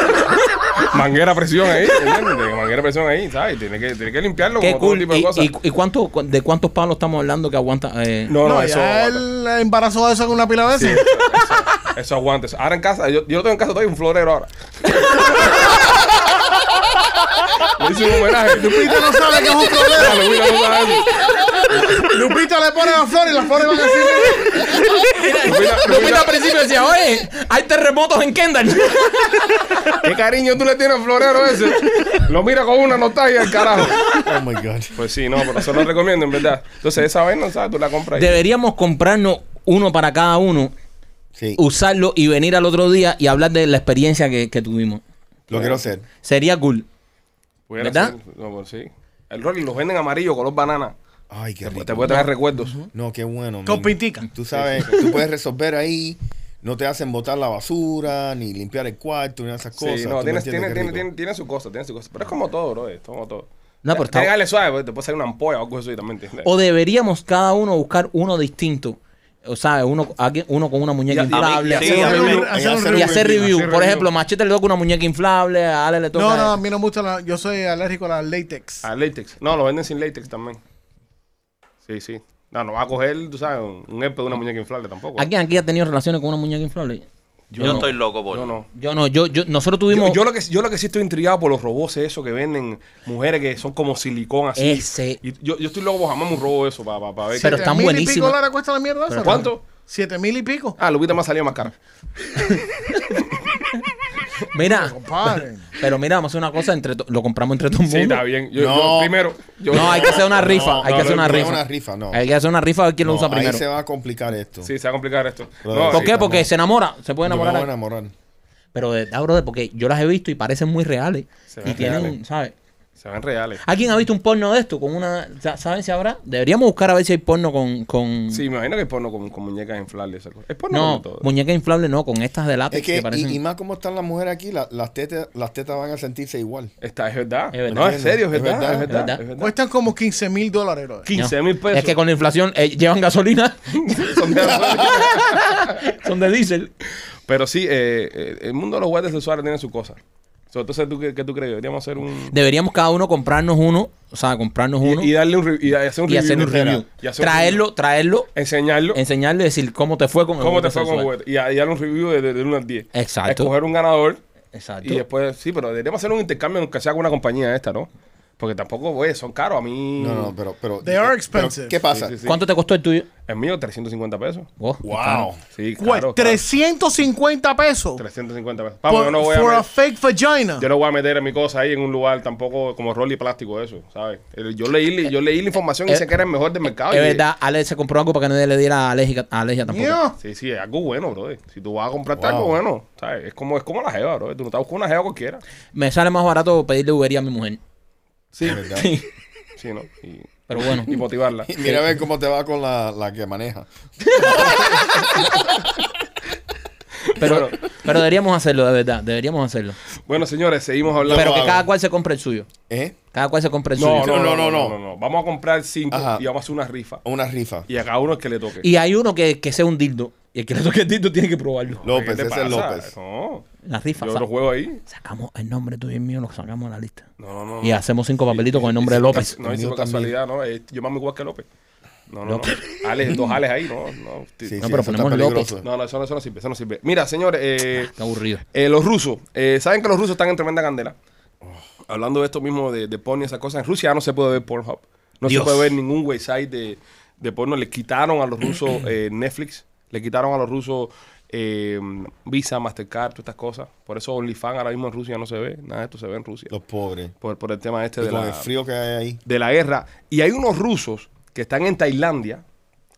Speaker 1: manguera presión ahí, ¿entiendes? manguera presión ahí, ¿sabes? Tiene que, tiene que limpiarlo
Speaker 2: Qué
Speaker 1: como todo
Speaker 2: cool.
Speaker 1: tipo de
Speaker 2: ¿Y,
Speaker 1: cosas.
Speaker 2: y, y cuánto, cu- de cuántos palos estamos hablando que aguanta? eh?
Speaker 1: no, no,
Speaker 3: No,
Speaker 1: eso, aguanta.
Speaker 3: ya él embarazó eso con una pila de
Speaker 1: Sí,
Speaker 3: veces.
Speaker 1: eso, eso- eso aguanta. Eso- Ahora en casa, yo, yo lo tengo en casa todavía, un florero ahora. Le hice un homenaje.
Speaker 3: Lupita no sabe que es un
Speaker 1: Ah,
Speaker 3: florero.
Speaker 1: lo mira, no sabe eso.
Speaker 3: Lupita le pone las flores y las flores van a decir.
Speaker 1: Lupita,
Speaker 2: Lupita
Speaker 1: Lupita,
Speaker 2: al principio decía, oye, hay terremotos en Kendall.
Speaker 1: ¿Qué cariño tú le tienes al florero ese? Lo mira con una nostalgia al carajo.
Speaker 4: oh my God.
Speaker 1: Pues sí, no, pero eso lo recomiendo, en verdad. Entonces, esa vaina, ¿sabes? Tú la compras ahí.
Speaker 2: Deberíamos comprarnos uno para cada uno,
Speaker 4: Sí,
Speaker 2: usarlo y venir al otro día y hablar de la experiencia que, que tuvimos.
Speaker 4: lo quiero hacer.
Speaker 2: Sería cool.
Speaker 1: Pudiera
Speaker 2: ¿Verdad?
Speaker 1: ser, no, pues sí. El Rolly los venden amarillo, color banana.
Speaker 4: Ay, qué
Speaker 2: Pues
Speaker 4: rico.
Speaker 1: Te puede traer recuerdos.
Speaker 4: No, qué bueno.
Speaker 3: Con
Speaker 4: men.
Speaker 3: pintica.
Speaker 4: Tú sabes, tú puedes resolver ahí. No te hacen botar la basura, ni limpiar el cuarto, ni esas cosas.
Speaker 1: Sí,
Speaker 4: ¿Tú
Speaker 1: no,
Speaker 4: me
Speaker 1: tiene,
Speaker 4: entiendes?
Speaker 1: tiene,
Speaker 4: Qué
Speaker 1: tiene,
Speaker 4: rico.
Speaker 1: tiene, tiene su cosa, tiene su cosa. Pero es como todo, bro. Es como todo.
Speaker 2: No,
Speaker 1: Tiene
Speaker 2: pero está-
Speaker 1: que darle suave, porque te puede salir una ampolla o algo así también. ¿entiendes?
Speaker 2: O deberíamos cada uno buscar uno distinto. O sea, uno, alguien- uno con una
Speaker 1: Y a-
Speaker 2: muñeca
Speaker 1: a mí-
Speaker 2: inflable.
Speaker 5: sí,
Speaker 2: hacer
Speaker 5: a mí
Speaker 2: un-
Speaker 5: me-
Speaker 2: y
Speaker 4: hacer
Speaker 2: hacer,
Speaker 4: un
Speaker 2: review.
Speaker 1: review. Hacer
Speaker 2: Por
Speaker 1: review.
Speaker 2: ejemplo, Machete le toca una muñeca inflable, a Ale le toca.
Speaker 3: No, no, a mí no me gusta la. Yo soy alérgico a la latex.
Speaker 1: A latex. No, lo venden sin latex también. Sí, sí. No, no va a coger, tú sabes, un, un herpes de una muñeca inflable tampoco.
Speaker 2: ¿Alguien aquí ha tenido relaciones con una muñeca inflable?
Speaker 5: Yo,
Speaker 2: no.
Speaker 5: estoy loco por.
Speaker 1: Yo no.
Speaker 2: Yo no, yo, yo, nosotros tuvimos.
Speaker 1: Yo, yo lo que, yo lo que sí estoy intrigado por los robots esos que venden mujeres que son como silicón así.
Speaker 2: Ese.
Speaker 1: Y yo, yo estoy loco por jamás un robo de eso para pa, pa ver.
Speaker 2: Pero
Speaker 1: qué-
Speaker 2: están
Speaker 3: mil y pico
Speaker 2: buenísimos.
Speaker 3: dólares cuesta la mierda esa?
Speaker 1: ¿Cuánto?
Speaker 3: Siete mil y pico.
Speaker 1: Ah, Lupita me ha salido más cara.
Speaker 2: Mira,
Speaker 3: Compadre.
Speaker 2: pero mira, vamos a hacer una cosa, entre to- lo compramos entre todos.
Speaker 1: Sí, está bien. Yo,
Speaker 4: No.
Speaker 1: yo primero. Yo,
Speaker 2: No, hay que hacer una rifa, hay que
Speaker 4: no,
Speaker 2: hacer
Speaker 4: no,
Speaker 2: una
Speaker 4: no,
Speaker 2: rifa.
Speaker 4: una rifa, no.
Speaker 2: Hay que hacer una rifa a ver quién lo
Speaker 4: No,
Speaker 2: usa
Speaker 4: ahí
Speaker 2: primero.
Speaker 4: se va a complicar esto.
Speaker 1: Sí, se va a complicar esto.
Speaker 4: Brother.
Speaker 2: ¿Por
Speaker 1: sí.
Speaker 2: qué?
Speaker 4: Sí,
Speaker 2: Porque
Speaker 4: también.
Speaker 2: se enamora, se puede
Speaker 4: Yo me voy
Speaker 2: enamorar.
Speaker 4: a
Speaker 2: alguien.
Speaker 4: enamorar.
Speaker 2: Pero de verdad, brother, porque yo las he visto y parecen muy reales.
Speaker 1: Se
Speaker 2: y
Speaker 1: ven
Speaker 2: tienen,
Speaker 1: reales.
Speaker 2: ¿sabes?
Speaker 1: Se van reales.
Speaker 2: ¿Alguien ha visto un porno de esto? Con una. sa- ¿Saben si habrá? Deberíamos buscar a ver si hay porno con. con...
Speaker 1: Sí, me imagino que es porno con, con muñecas inflables. y esas cosas. Es porno
Speaker 2: No,
Speaker 1: con todo.
Speaker 2: muñeca inflable no, con estas de látex
Speaker 4: Es
Speaker 2: que,
Speaker 4: que,
Speaker 2: parecen.
Speaker 4: y, y más como están las mujeres aquí, la- las, tetas, las tetas van a sentirse igual.
Speaker 1: Está, es verdad.
Speaker 2: Es verdad.
Speaker 1: No, es serio, es
Speaker 4: Es
Speaker 1: verdad.
Speaker 4: verdad.
Speaker 1: Es verdad.
Speaker 2: Es
Speaker 1: es verdad.
Speaker 3: Cuestan como 15 mil dólares, bro.
Speaker 1: 15 mil
Speaker 2: No,
Speaker 1: pesos.
Speaker 2: Es que con la inflación eh, llevan gasolina,
Speaker 1: Son de acuerdo.
Speaker 2: son de diésel.
Speaker 1: Pero sí, eh, eh, el mundo de los juguetes sexuales tiene su cosa. So, entonces, ¿tú, qué, qué tú crees? Deberíamos hacer un...
Speaker 2: Deberíamos cada uno comprarnos uno, o sea, comprarnos uno
Speaker 1: Y,
Speaker 2: y,
Speaker 1: y darle un re- y hacer un review.
Speaker 2: hacer un
Speaker 1: entera.
Speaker 2: review.
Speaker 1: Y hacer un
Speaker 2: Traerlo, traerlo,
Speaker 1: review. enseñarlo.
Speaker 2: enseñarle, decir cómo te fue con el
Speaker 1: ¿Cómo te
Speaker 2: juguete
Speaker 1: fue con el
Speaker 2: sexual.
Speaker 1: juguete? Y, a- y darle un review de, de, del 1 al 10.
Speaker 2: Exacto.
Speaker 1: Escoger un ganador.
Speaker 2: Exacto.
Speaker 1: Y después, sí, pero deberíamos hacer un intercambio, aunque sea con una compañía esta, ¿no? Porque tampoco, güey, son caros. A mí.
Speaker 4: No, no, pero. pero
Speaker 3: They are
Speaker 4: pero,
Speaker 3: expensive.
Speaker 4: ¿Qué pasa?
Speaker 1: Sí, sí, sí.
Speaker 2: ¿Cuánto te costó el tuyo?
Speaker 1: El mío, 350 pesos.
Speaker 2: Oh,
Speaker 4: Wow.
Speaker 1: Sí,
Speaker 3: Güey,
Speaker 1: claro. claro.
Speaker 3: 350 pesos.
Speaker 1: 350 pesos. Vamos,
Speaker 3: Por,
Speaker 1: yo no voy a.
Speaker 3: for a
Speaker 1: ver-
Speaker 3: fake vagina.
Speaker 1: Yo no voy a meter mi cosa ahí en un lugar tampoco como rol y plástico eso, ¿sabes? El- Yo leí, yo leí la información y
Speaker 2: eh,
Speaker 1: sé que era el mejor del mercado.
Speaker 2: es
Speaker 1: y-
Speaker 2: verdad, Ale se compró algo para que no le diera alergia, alergia tampoco.
Speaker 3: Yeah.
Speaker 1: Sí, sí, es algo bueno, bro. Si tú vas a comprarte
Speaker 4: Wow.
Speaker 1: algo bueno, ¿sabes? Es como, es como la jeva, bro. Tú no estás buscando una jeva cualquiera.
Speaker 2: Me sale más barato pedirle Ubería a mi mujer.
Speaker 4: Sí. ¿verdad?
Speaker 1: Sí, ¿no? Y,
Speaker 2: Pero bueno.
Speaker 1: y motivarla.
Speaker 4: Y Mira a ver cómo te va con la, la que maneja.
Speaker 2: Pero, pero deberíamos hacerlo, de verdad. Deberíamos hacerlo.
Speaker 1: Bueno, señores, seguimos hablando.
Speaker 2: Pero
Speaker 4: lo
Speaker 2: que
Speaker 4: hago.
Speaker 2: cada cual se compre el suyo.
Speaker 4: ¿Eh?
Speaker 2: Cada cual se compre el
Speaker 1: No,
Speaker 2: suyo.
Speaker 1: no, no, no,
Speaker 4: no,
Speaker 1: no,
Speaker 4: no.
Speaker 1: no, no. Vamos a comprar cinco
Speaker 4: Ajá.
Speaker 1: y vamos a hacer una rifa.
Speaker 4: Una rifa.
Speaker 1: Y a cada uno es que le toque.
Speaker 2: Y hay uno que, que sea un dildo. Y el que le toque el dildo tiene que probarlo.
Speaker 1: ¿Qué
Speaker 4: López,
Speaker 1: te
Speaker 4: ese es
Speaker 1: pasa?
Speaker 4: López.
Speaker 1: No.
Speaker 2: La rifa.
Speaker 1: Yo
Speaker 2: sa-
Speaker 1: lo juego ahí.
Speaker 2: Sacamos el nombre tuyo y el mío, lo sacamos de la lista.
Speaker 1: No, no, no.
Speaker 2: Y hacemos cinco papelitos con el nombre de López.
Speaker 1: No, y si
Speaker 4: Mío
Speaker 1: por
Speaker 4: también.
Speaker 1: casualidad, no. eh, yo mami igual que López. No, no, no. Alex, dos Ales ahí, no, no.
Speaker 4: Sí, sí,
Speaker 2: No, pero
Speaker 4: eso está
Speaker 2: ponemos López.
Speaker 4: peligroso.
Speaker 1: No, no, eso no, eso no sirve, eso no sirve. Mira, señores, eh,
Speaker 2: Qué aburrido.
Speaker 1: eh, los rusos, eh, saben que los rusos están en tremenda candela.
Speaker 4: Oh.
Speaker 1: Hablando de esto mismo, de, de porno y esas cosas, en Rusia ya no se puede ver Pornhub. No
Speaker 2: Dios.
Speaker 1: se puede ver ningún website de, de porno. Le quitaron a los rusos eh, Netflix, le quitaron a los rusos eh, Visa, Mastercard, todas estas cosas. Por eso OnlyFans ahora mismo en Rusia no se ve. Nada de esto se ve en Rusia.
Speaker 4: Los pobres.
Speaker 1: Por, por el tema este
Speaker 4: Y
Speaker 1: de
Speaker 4: con
Speaker 1: la,
Speaker 4: el frío que hay ahí.
Speaker 1: de la guerra. Y hay unos rusos que están en Tailandia,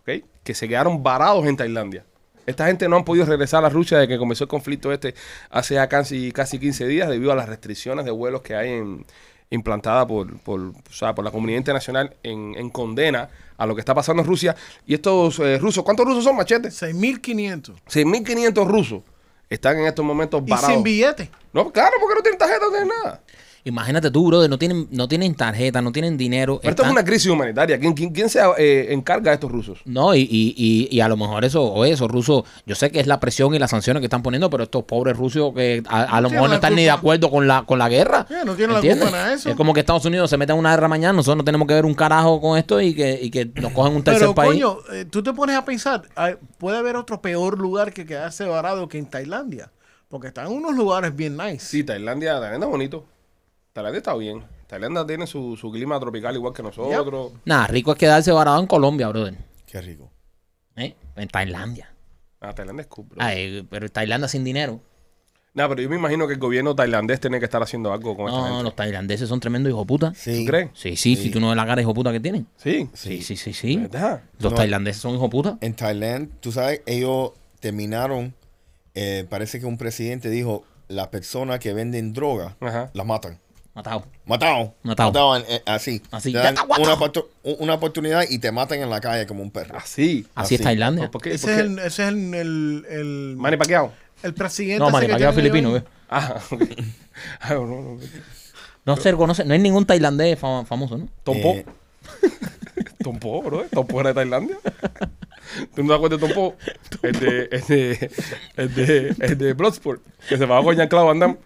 Speaker 1: ¿ok? que se quedaron varados en Tailandia. Esta gente no han podido regresar a Rusia desde que comenzó el conflicto este hace ya casi, casi 15 días debido a las restricciones de vuelos que hay en- implantada por, por, o sea, por la comunidad internacional en, en condena a lo que está pasando en Rusia. Y estos eh, rusos, ¿cuántos rusos son, machetes?
Speaker 3: 6.500.
Speaker 1: 6.500 rusos están en estos momentos
Speaker 3: Y sin
Speaker 1: varados.
Speaker 3: billete.
Speaker 1: No, claro, porque no tienen tarjeta, no tienen nada.
Speaker 2: Imagínate tú, brother, no tienen, no tienen tarjeta, no tienen dinero.
Speaker 1: Pero esto es
Speaker 2: están-
Speaker 1: una crisis humanitaria. ¿Quién, quién, quién se eh, encarga de estos rusos?
Speaker 2: No, y, y, y, y a lo mejor eso, o eso, ruso, yo sé que es la presión y las sanciones que están poniendo, pero estos pobres rusos que a, a lo
Speaker 3: Tienen
Speaker 2: mejor no
Speaker 3: la
Speaker 2: están ni de
Speaker 3: culpa.
Speaker 2: acuerdo con la, con la guerra.
Speaker 3: Ya, no tienen la
Speaker 2: ¿entiendes?
Speaker 3: culpa nada de eso.
Speaker 2: Es como que Estados Unidos se meta en una guerra mañana, nosotros no tenemos que ver un carajo con esto y que, y que nos cojan un tercer
Speaker 3: Pero,
Speaker 2: país.
Speaker 3: coño, eh, tú te pones a pensar, ay, puede haber otro peor lugar que quedarse varado que en Tailandia. Porque están unos lugares bien nice.
Speaker 1: Sí, Tailandia, Tailandia es bonito. Tailandia está bien. Tailandia tiene su, su clima tropical igual que nosotros.
Speaker 2: Nada, rico es quedarse varado en Colombia, brother.
Speaker 4: Qué rico.
Speaker 2: ¿Eh? En Tailandia.
Speaker 1: Ah, Tailandia es cool, bro.
Speaker 2: Ay, pero Tailandia sin dinero.
Speaker 1: Nah, pero yo me imagino que el gobierno tailandés tiene que estar haciendo algo con esta
Speaker 2: No,
Speaker 1: gente.
Speaker 2: los tailandeses son tremendos hijos puta.
Speaker 4: Sí.
Speaker 1: ¿Tú crees?
Speaker 2: Sí, sí, si tú no ves la cara hijo puta que tienen.
Speaker 1: Sí.
Speaker 2: Sí, Pues, sí, sí, sí.
Speaker 1: ¿Verdad?
Speaker 2: Los
Speaker 4: No.
Speaker 2: tailandeses son hijo puta.
Speaker 4: En Thailand, tú sabes, ellos terminaron. eh, parece que un presidente dijo: las personas que venden droga
Speaker 1: Ajá.
Speaker 4: las matan.
Speaker 2: Matado.
Speaker 4: Matado.
Speaker 2: Matado.
Speaker 4: en- eh, así.
Speaker 2: Así.
Speaker 4: Te dan
Speaker 2: Ya está,
Speaker 4: una,
Speaker 2: guatao.
Speaker 4: oportu- u- una oportunidad y te matan en la calle como un perro.
Speaker 1: Así.
Speaker 2: Así, es
Speaker 4: Así.
Speaker 2: Tailandia.
Speaker 1: ¿Por qué?
Speaker 3: Ese
Speaker 1: ¿Por
Speaker 3: es
Speaker 1: qué?
Speaker 3: el, ese es el, el, el-
Speaker 1: Manny Pacquiao. Ah,
Speaker 3: el presidente.
Speaker 2: No,
Speaker 3: ese
Speaker 2: man,
Speaker 3: que
Speaker 2: para allá
Speaker 3: tienen
Speaker 2: filipino,
Speaker 3: ahí.
Speaker 2: ve.
Speaker 1: Ajá. ok. Ay, no, no, no.
Speaker 2: No se conoce, no hay ningún tailandés fam- famoso, ¿no?
Speaker 1: Tompo.
Speaker 4: Eh.
Speaker 1: Tompo, bro. Tompo era de Tailandia. ¿Tú no te acuerdas de Tompo? El de, el de, el de, el de Bloodsport. Que se va con Jean-Claude Van Damme.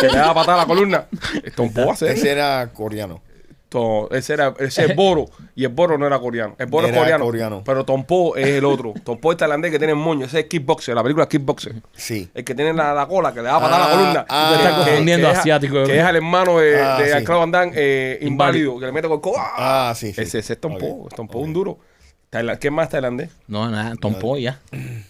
Speaker 1: Que le da patada a la columna. Tompo va a ser.
Speaker 4: Ese era coreano.
Speaker 1: To- ese era ese es Boro y el Boro no era coreano. El Boro es
Speaker 4: Era
Speaker 1: coreano,
Speaker 4: coreano.
Speaker 1: Pero Tompo es el otro. Tompo es tailandés que tiene el moño. Ese es Kickboxer, la película Kickboxer.
Speaker 4: Sí.
Speaker 1: El que tiene la, la cola, que le da a patada a
Speaker 4: Ah,
Speaker 1: la columna.
Speaker 4: ah,
Speaker 1: Que-
Speaker 4: Te estás
Speaker 1: que-
Speaker 2: confundiendo
Speaker 1: que es a-
Speaker 2: asiático,
Speaker 1: Que
Speaker 2: bro.
Speaker 1: es el hermano de,
Speaker 4: Ah,
Speaker 1: de
Speaker 4: sí.
Speaker 1: Jean-Claude Van Damme, eh, inválido, que le mete con el codo.
Speaker 4: Ah, sí. sí.
Speaker 1: Ese, ese es Tompo.
Speaker 4: Ok.
Speaker 1: Tompo es un duro. Taila- ¿Qué más tailandés?
Speaker 2: No, nada, tompolla.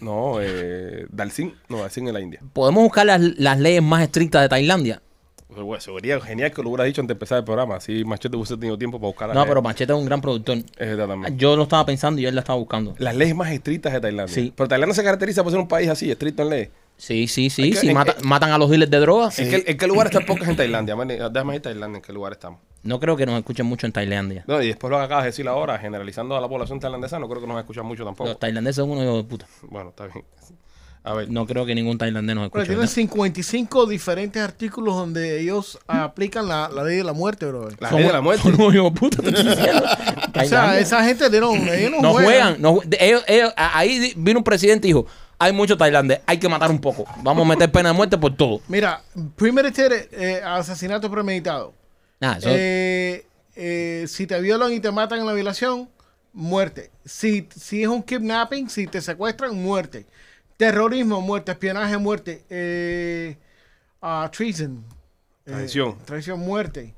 Speaker 1: No, eh, Dalsin. No, Dalsin en la India.
Speaker 2: Podemos buscar las, las leyes más estrictas de Tailandia.
Speaker 1: Bueno, Pues, sería genial que lo hubiera dicho antes de empezar el programa. Así Machete hubiese tenido tiempo para buscar las
Speaker 2: No,
Speaker 1: leyes.
Speaker 2: pero Machete es un gran productor.
Speaker 1: Es verdad también.
Speaker 2: Yo lo estaba pensando y él la estaba buscando.
Speaker 1: Las leyes más estrictas de Tailandia.
Speaker 2: Sí.
Speaker 1: Pero Tailandia se caracteriza por ser un país así, estricto en leyes.
Speaker 2: Sí, sí, sí.
Speaker 1: Es que-
Speaker 2: Si
Speaker 1: es
Speaker 2: mata-
Speaker 1: que-
Speaker 2: matan a los dealers de drogas,
Speaker 1: ¿En, qué, en qué lugar está pocas en Tailandia? Mane, Déjame ir a Tailandia, ¿en qué lugar estamos?
Speaker 2: no creo que nos escuchen mucho en Tailandia.
Speaker 1: No, y después lo que acabas de decir ahora, generalizando a la población tailandesa, no creo que nos escuchan mucho tampoco.
Speaker 2: Los tailandeses son unos hijos de puta.
Speaker 1: Bueno, está bien. A ver,
Speaker 2: No creo que ningún tailandés nos
Speaker 3: Pero
Speaker 2: escuche.
Speaker 3: tienen 55 diferentes artículos donde ellos aplican la, la ley de la muerte, bro.
Speaker 1: la
Speaker 2: Son-
Speaker 1: ley de la muerte.
Speaker 2: Son unos hijos de puta. te estoy diciendo.
Speaker 3: O sea,
Speaker 2: Tailandia.
Speaker 3: esa gente de no, ellos no,
Speaker 2: no juegan. no jue- de- ellos- ellos- a- ahí di- vino un presidente y dijo, hay muchos tailandeses, hay que matar un poco. Vamos a meter pena de muerte por todo.
Speaker 3: Mira, premeditated, eh, asesinato premeditado.
Speaker 2: Nada, eso-
Speaker 3: Eh, eh, si te violan y te matan en la violación, muerte. Si, si es un kidnapping, si te secuestran, muerte. Terrorismo, muerte. Espionaje, muerte. Eh, ah, treason. eh,
Speaker 1: Traición.
Speaker 3: traición, muerte.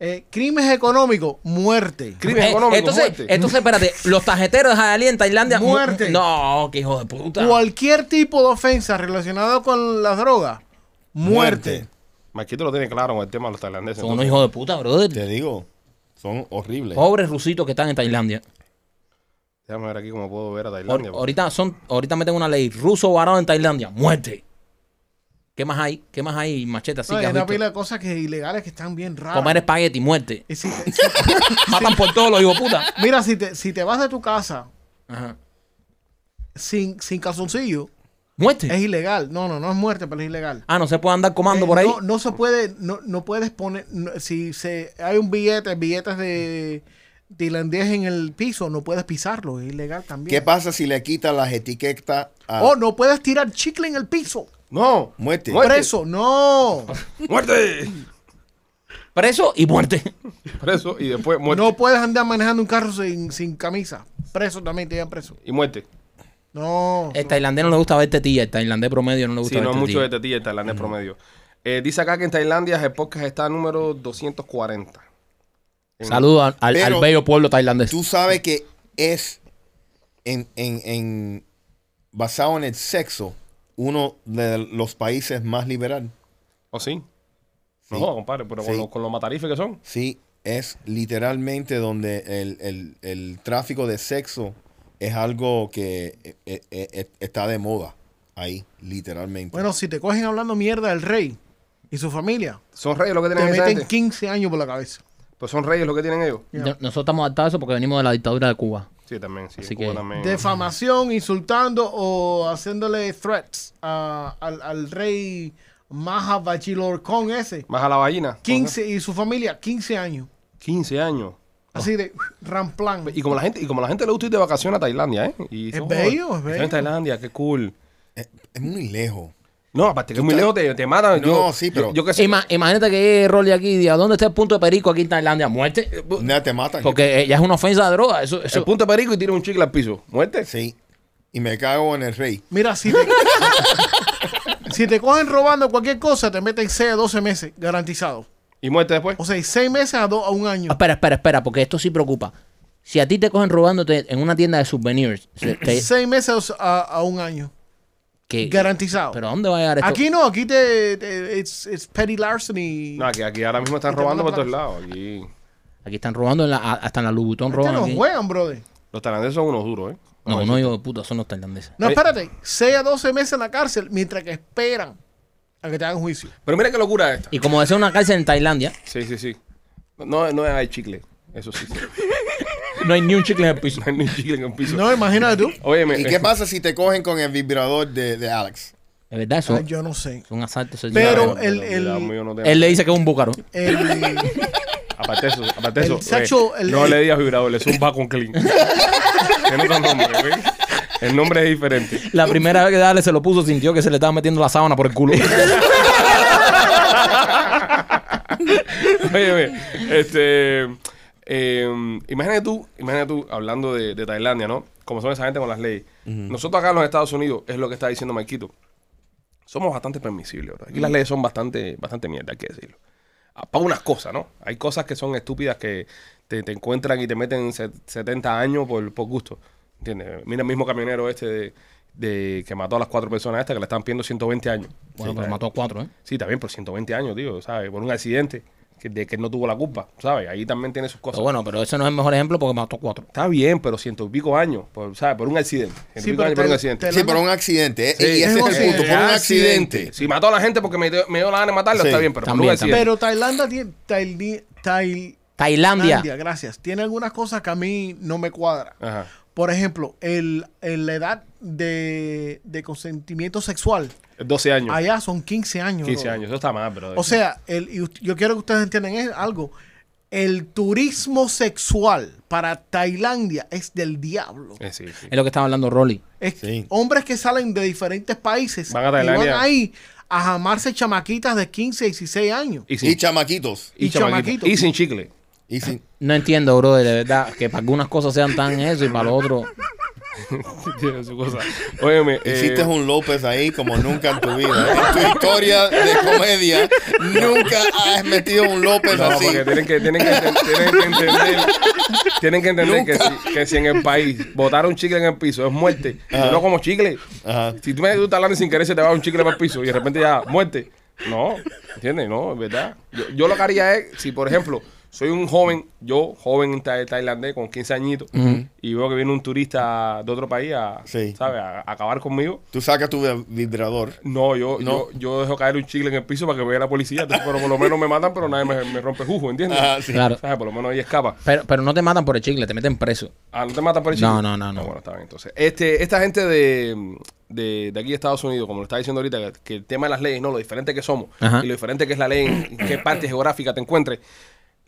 Speaker 3: Eh, crímenes económicos, muerte.
Speaker 1: Crimen
Speaker 2: Eh,
Speaker 1: económico,
Speaker 2: entonces,
Speaker 1: muerte.
Speaker 2: entonces, espérate, los tarjeteros de Jalí en Tailandia. mu-
Speaker 3: Muerte.
Speaker 2: No, qué hijo de puta.
Speaker 3: Cualquier tipo de ofensa relacionada con las drogas, muerte.
Speaker 1: Marquito lo tiene claro con el tema de los tailandeses.
Speaker 2: Son unos
Speaker 1: entonces.
Speaker 2: hijos de puta, brother.
Speaker 4: Te digo, son horribles.
Speaker 2: Pobres rusitos que están en Tailandia.
Speaker 1: Déjame ver aquí cómo puedo ver a
Speaker 2: Ahor-
Speaker 1: Tailandia. porque-
Speaker 2: ahorita, son, ahorita meten una ley. Ruso varón en Tailandia. Muerte. ¿Qué más hay? ¿Qué más hay, machete? Así
Speaker 3: No,
Speaker 2: que
Speaker 3: hay
Speaker 2: has
Speaker 3: una
Speaker 2: visto?
Speaker 3: pila de cosas que ilegales que están bien raras.
Speaker 2: Comer espagueti, muerte.
Speaker 3: Y si te- si-
Speaker 2: Matan por todos los hijos de puta.
Speaker 3: mira, si te, si te vas de tu casa
Speaker 2: Ajá.
Speaker 3: sin, sin calzoncillo, es
Speaker 2: Muerte.
Speaker 3: ilegal. No, no, no es muerte, pero es ilegal.
Speaker 2: Ah, no se puede andar comando
Speaker 3: Eh,
Speaker 2: por ahí.
Speaker 3: No, no se puede, no, no puedes poner, no, si se, hay un billete, billetes de tailandés en el piso, no puedes pisarlo, es ilegal
Speaker 4: ¿Qué
Speaker 3: también.
Speaker 4: pasa si le quitas las etiquetas a
Speaker 2: Oh,
Speaker 3: O no puedes tirar chicle en el piso.
Speaker 1: No,
Speaker 4: muerte?
Speaker 1: Muerte.
Speaker 3: Preso, no.
Speaker 1: muerte.
Speaker 2: Preso y muerte.
Speaker 1: Preso y después muerte.
Speaker 3: No puedes andar manejando un carro sin, sin camisa. Preso también, te llevan preso.
Speaker 1: Y muerte.
Speaker 3: No.
Speaker 2: El tailandés no le gusta ver tetilla. El tailandés promedio no le gusta este
Speaker 1: Sí,
Speaker 2: ver
Speaker 1: no mucho
Speaker 2: tetilla.
Speaker 1: de este tetilla el tailandés promedio. Eh, dice acá que en Tailandia el podcast está número 240.
Speaker 2: Saludos al, al
Speaker 4: Pero-
Speaker 2: bello pueblo tailandés.
Speaker 4: Tú sabes que es en, en, en- basado en el sexo uno de los países más liberal.
Speaker 1: ¿O sí?
Speaker 4: Sí.
Speaker 1: No, compadre, pero con,
Speaker 4: Sí.
Speaker 1: lo- con los matarifes que son.
Speaker 4: Sí, es literalmente donde el, el- el tráfico de sexo es algo que eh, eh, eh, está de moda ahí, literalmente.
Speaker 3: Bueno, si te cogen hablando mierda del rey y su familia,
Speaker 1: Son reyes lo que este.
Speaker 3: te
Speaker 1: tienen esa
Speaker 3: meten
Speaker 1: gente.
Speaker 3: 15 años por la cabeza.
Speaker 1: Pues son reyes lo que tienen ellos.
Speaker 3: Ya.
Speaker 2: Yo- Nosotros estamos adaptados a eso porque venimos de la dictadura de Cuba.
Speaker 1: Sí, también, sí.
Speaker 2: Así
Speaker 1: Cuba
Speaker 2: que-
Speaker 1: también.
Speaker 3: Defamación, insultando o haciéndole threats a- al, al rey Maha Bachilor con ese.
Speaker 1: Más a la ballena.
Speaker 3: 15 y su familia, 15 años.
Speaker 1: 15 años.
Speaker 3: Así de ramplan.
Speaker 1: Y como la gente, y como la gente le gusta ir de vacaciones a Tailandia, ¿eh? Y
Speaker 3: Es
Speaker 1: son-
Speaker 3: bello, es
Speaker 1: están
Speaker 3: bello.
Speaker 1: en Tailandia, qué cool.
Speaker 4: Es, es muy lejos.
Speaker 1: No, aparte que es muy lejos, te, te matan.
Speaker 4: No,
Speaker 1: Yo-
Speaker 4: sí, pero-
Speaker 1: Yo, yo que sé.
Speaker 2: Ima- imagínate que llegue Rolly aquí y diga, ¿dónde está el punto de perico aquí en Tailandia? Muerte.
Speaker 4: Nada, te matan.
Speaker 2: Porque eh, ya es una ofensa de droga. Eso, eso-
Speaker 1: El punto de perico y tira un chicle al piso. Muerte.
Speaker 4: Sí. Y me cago en el rey.
Speaker 3: Mira, si te, si te cogen robando cualquier cosa, te meten 6 a 12 meses, garantizado.
Speaker 1: Y muerte después.
Speaker 3: O sea, 6 meses a, do- a un año.
Speaker 2: Espera, espera, espera, porque esto sí preocupa. Si a ti te cogen robándote en una tienda de souvenirs, se- te-
Speaker 3: 6 meses a, a un año,
Speaker 2: que-
Speaker 3: garantizado.
Speaker 2: ¿pero a dónde va a llegar esto?
Speaker 3: Aquí no, aquí te, te- it's, it's petty larceny.
Speaker 1: No, aquí, aquí ahora mismo están
Speaker 3: Y te
Speaker 1: robando por
Speaker 3: mandan
Speaker 1: todos lados. Aquí.
Speaker 2: Aquí están robando, en la- a- hasta en la Lubutón
Speaker 3: Este
Speaker 2: roban
Speaker 3: no
Speaker 2: aquí.
Speaker 3: juegan, brother.
Speaker 1: Los tailandeses son unos duros, ¿eh?
Speaker 2: No, no, yo de puta, son los tailandeses.
Speaker 3: No,
Speaker 1: Oye.
Speaker 3: espérate. 6 a 12 meses en la cárcel mientras que esperan a que te hagan juicio.
Speaker 1: Pero mira qué locura esta.
Speaker 2: Y como decía una cárcel en Tailandia,
Speaker 1: Sí, sí, sí. No, no hay chicle. Eso sí. sí.
Speaker 2: no hay ni un chicle en el piso.
Speaker 1: No hay ni chicle en el piso.
Speaker 3: No, imagínate tú.
Speaker 1: Óyeme.
Speaker 4: ¿Y qué pasa si te cogen con el vibrador de, de Alex?
Speaker 2: De verdad, eso
Speaker 3: Ah,
Speaker 2: es
Speaker 3: yo no sé.
Speaker 2: un asalto. eso es-
Speaker 3: Pero- eh,
Speaker 1: Mira,
Speaker 3: el-
Speaker 1: mira,
Speaker 3: el-
Speaker 1: mira, yo no tengo-
Speaker 2: Él le dice que es un búcaro.
Speaker 3: Eh, El,
Speaker 1: Aparte eso, aparte
Speaker 3: El
Speaker 1: eso.
Speaker 3: sacho,
Speaker 1: eh,
Speaker 3: el-
Speaker 1: no le digas vibrador, es un vacuum clean. Tiene otro nombre, ¿ok? El nombre es diferente.
Speaker 2: La primera vez que Dale se lo puso, sintió que se le estaba metiendo la sábana por el culo.
Speaker 1: Óyeme, este. eh, imagínate tú, imagínate tú hablando de, de Tailandia, ¿no? Como son esa gente con las leyes. Nosotros acá en los Estados Unidos, es lo que está diciendo Marquito. Somos bastante permisibles, bro. Aquí las leyes son bastante, bastante mierda, hay que decirlo. Ah, Para unas cosas, ¿no? Hay cosas que son estúpidas que te, te encuentran y te meten se- 70 años por, por gusto. ¿Entiendes? Mira el mismo camionero este de, de- que mató a las cuatro personas estas que le están pidiendo 120 años.
Speaker 2: Bueno,
Speaker 1: Sí,
Speaker 2: pero
Speaker 1: ¿sabes?
Speaker 2: mató a cuatro, ¿eh?
Speaker 1: Sí, también por 120 años, tío, ¿sabes? Por un accidente que, de que él no tuvo la culpa, ¿sabes? Ahí también tiene sus cosas.
Speaker 2: Pero bueno, pero ese no es el mejor ejemplo porque mató a cuatro.
Speaker 1: Está bien, pero ciento y pico años, por, ¿sabes? Por un accidente. Ciento y
Speaker 3: Sí,
Speaker 1: pico
Speaker 3: pero
Speaker 1: años por
Speaker 3: te-
Speaker 1: un accidente.
Speaker 3: te-
Speaker 4: Sí, por un accidente. eh,
Speaker 1: Sí,
Speaker 4: y
Speaker 1: es
Speaker 4: ese
Speaker 3: un
Speaker 4: es el punto.
Speaker 3: accidente.
Speaker 4: Por un accidente.
Speaker 1: Si mató a la gente porque me dio, me dio la gana de matarlo,
Speaker 4: Sí.
Speaker 1: está bien, pero por
Speaker 2: También,
Speaker 1: un accidente.
Speaker 3: Pero Tailandia tiene. Taili- Tail-
Speaker 2: Tailandia.
Speaker 3: Tailandia, gracias. Tiene algunas cosas que a mí no me cuadra.
Speaker 1: Ajá.
Speaker 3: Por ejemplo, el, el- la edad de, de consentimiento sexual.
Speaker 1: 12 años.
Speaker 3: Allá son 15 años.
Speaker 1: 15
Speaker 3: bro.
Speaker 1: años. Eso está mal, bro.
Speaker 3: O sea, el, y ust- yo quiero que ustedes entiendan es- algo. El turismo sexual para Tailandia es del diablo.
Speaker 1: Eh, sí, sí.
Speaker 2: Es lo que estaba hablando Rolly.
Speaker 3: Es
Speaker 4: Sí.
Speaker 3: hombres que salen de diferentes países
Speaker 1: Van a Tailandia.
Speaker 3: y van ahí a jamarse chamaquitas de 15, 16 años.
Speaker 1: Y
Speaker 4: Y
Speaker 1: sin,
Speaker 4: chamaquitos.
Speaker 1: y
Speaker 3: y
Speaker 1: chamaquito.
Speaker 3: chamaquito.
Speaker 1: Y sin chicle.
Speaker 4: Y sin-
Speaker 2: No entiendo, bro, de verdad, que para algunas cosas sean tan eso y para lo otro.
Speaker 1: Tiene su cosa. Óyeme. eh,
Speaker 4: Hiciste un López ahí como nunca en tu vida. En tu historia de comedia, nunca has metido un López
Speaker 1: No,
Speaker 4: Pues así.
Speaker 1: porque tienen que, tienen que, enten- tienen que entender, tienen que, entender que, si, que si en el país botar un chicle en el piso es muerte, yo no como chicle.
Speaker 4: Ajá.
Speaker 1: Si tú me tú estás hablando sin querer, se te va un chicle para el piso y de repente ya, muerte. No, ¿entiendes? No, es verdad. Yo, yo lo que haría es, si por ejemplo, soy un joven, yo, joven ta- tailandés con 15 añitos, y veo que viene un turista de otro país a,
Speaker 4: Sí.
Speaker 1: ¿sabes? a- a acabar conmigo.
Speaker 4: Tú sacas tu vi- vibrador.
Speaker 1: No, yo,
Speaker 4: No.
Speaker 1: Yo, yo dejo caer un chicle en el piso para que vea la policía. Entonces, pero por lo menos me matan, pero nadie me, me rompe el jugo, ¿entiendes?
Speaker 4: Ajá, sí.
Speaker 2: Claro.
Speaker 1: ¿Sabes? Por lo menos ahí escapa.
Speaker 2: Pero, pero no te matan por el chicle, te meten preso.
Speaker 1: Ah, ¿no te matan por el chicle?
Speaker 2: No, no, no, no.
Speaker 1: Ah, bueno, está bien, entonces. Este, esta gente de, de, de aquí de Estados Unidos, como lo está diciendo ahorita, que, que el tema de las leyes, no, lo diferente que somos
Speaker 2: Ajá.
Speaker 1: y lo diferente que es la ley, en qué parte geográfica te encuentres.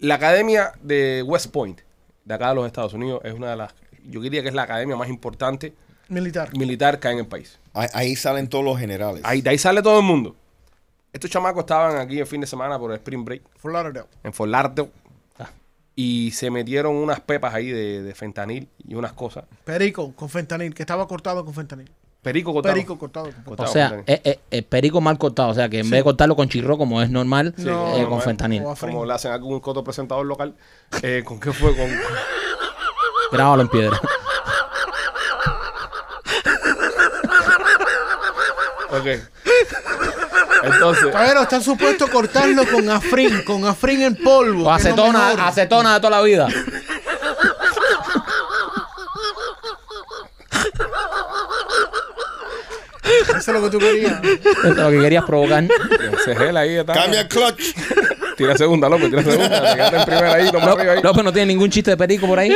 Speaker 1: La academia de West Point, de acá de los Estados Unidos, es una de las, yo diría que es la academia más importante
Speaker 3: Militar.
Speaker 1: militar que hay en el país.
Speaker 4: Ahí, ahí salen todos los generales.
Speaker 1: Ahí, de ahí sale todo el mundo. Estos chamacos estaban aquí el fin de semana por el Spring Break
Speaker 3: Fort Lauderdale.
Speaker 1: en Fort Lauderdale,
Speaker 2: Ah.
Speaker 1: y se metieron unas pepas ahí de, de fentanil y unas cosas.
Speaker 3: Perico con fentanil, que estaba cortado con fentanil.
Speaker 1: Perico cortado.
Speaker 3: Perico cortado con
Speaker 2: O
Speaker 1: Cortado,
Speaker 2: sea,
Speaker 1: fentanil.
Speaker 2: es, es- es perico mal cortado. O sea, que en vez de cortarlo con chirro, como es normal,
Speaker 1: Sí,
Speaker 2: eh,
Speaker 3: No,
Speaker 1: como
Speaker 2: con
Speaker 1: es-
Speaker 2: fentanil.
Speaker 3: o a-
Speaker 1: Como le hacen a algún coto presentador local. Eh, ¿Con qué fue? Con,
Speaker 2: Grábalo en piedra.
Speaker 1: ok. Entonces,
Speaker 3: Pero están supuesto cortarlo con afrin, con afrin en polvo.
Speaker 2: O
Speaker 3: que es lo
Speaker 2: acetona,
Speaker 3: mejor.
Speaker 2: acetona de toda la vida.
Speaker 3: Eso es lo que tú querías.
Speaker 2: Eso es lo que querías provocar.
Speaker 1: eh, se gela ahí. Está,
Speaker 4: Cambia el clutch.
Speaker 1: Tira segunda, López, tira segunda. Quédate en primera ahí, toma arriba ahí.
Speaker 2: López no tiene ningún chiste de perico por ahí.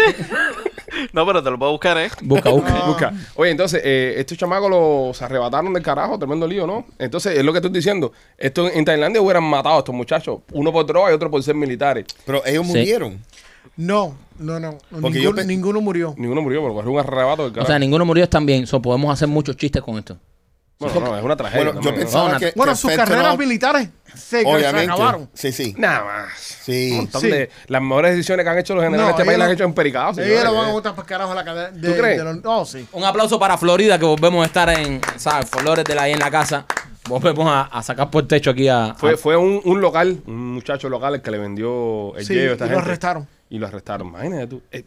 Speaker 5: No, pero te lo puedo buscar, ¿eh?
Speaker 2: Busca, busca.
Speaker 1: Busca. Oye, entonces, eh, estos chamacos los arrebataron del carajo, tremendo lío, ¿no? Entonces, es lo que estoy diciendo. Esto en Tailandia hubieran matado a estos muchachos. Uno por droga y otro por ser militares.
Speaker 4: Pero ellos
Speaker 2: Sí.
Speaker 4: murieron.
Speaker 3: No, no, no.
Speaker 4: Porque yo
Speaker 3: ninguno,
Speaker 4: pe-
Speaker 3: ninguno murió.
Speaker 1: Ninguno murió, pero fue un arrebato del
Speaker 2: O
Speaker 1: carajo.
Speaker 2: sea, ninguno murió tan bien. So, podemos hacer muchos chistes con esto.
Speaker 1: bueno, no, es una tragedia.
Speaker 4: Bueno, yo
Speaker 1: también, ¿no?
Speaker 4: pensaba
Speaker 2: Bueno,
Speaker 4: que.
Speaker 3: Bueno,
Speaker 4: que
Speaker 3: sus
Speaker 4: fentanyl-
Speaker 3: carreras militares se, se acabaron.
Speaker 4: Obviamente. Sí, sí.
Speaker 1: Nada más. Un
Speaker 4: Sí.
Speaker 1: montón
Speaker 3: Sí.
Speaker 1: de- las mejores decisiones que han hecho los generales de
Speaker 3: No,
Speaker 1: este país
Speaker 3: ellos
Speaker 1: las
Speaker 3: lo-
Speaker 1: han hecho en Pericado.
Speaker 3: Ellos
Speaker 1: señores.
Speaker 3: lo van a botar para carajo a la cadena. De,
Speaker 1: ¿Tú crees?
Speaker 3: de los- no, sí.
Speaker 2: Un aplauso para Florida, que volvemos a estar en, ¿sabes? Flores de la ahí en la casa. Volvemos a, a sacar por el techo aquí a.
Speaker 3: Ah.
Speaker 1: Fue, fue un, un local, un muchacho local el que le vendió el
Speaker 3: Sí,
Speaker 1: yello a esta
Speaker 3: y lo
Speaker 1: gente.
Speaker 3: arrestaron.
Speaker 1: Y lo arrestaron. Imagínate tú. Eh,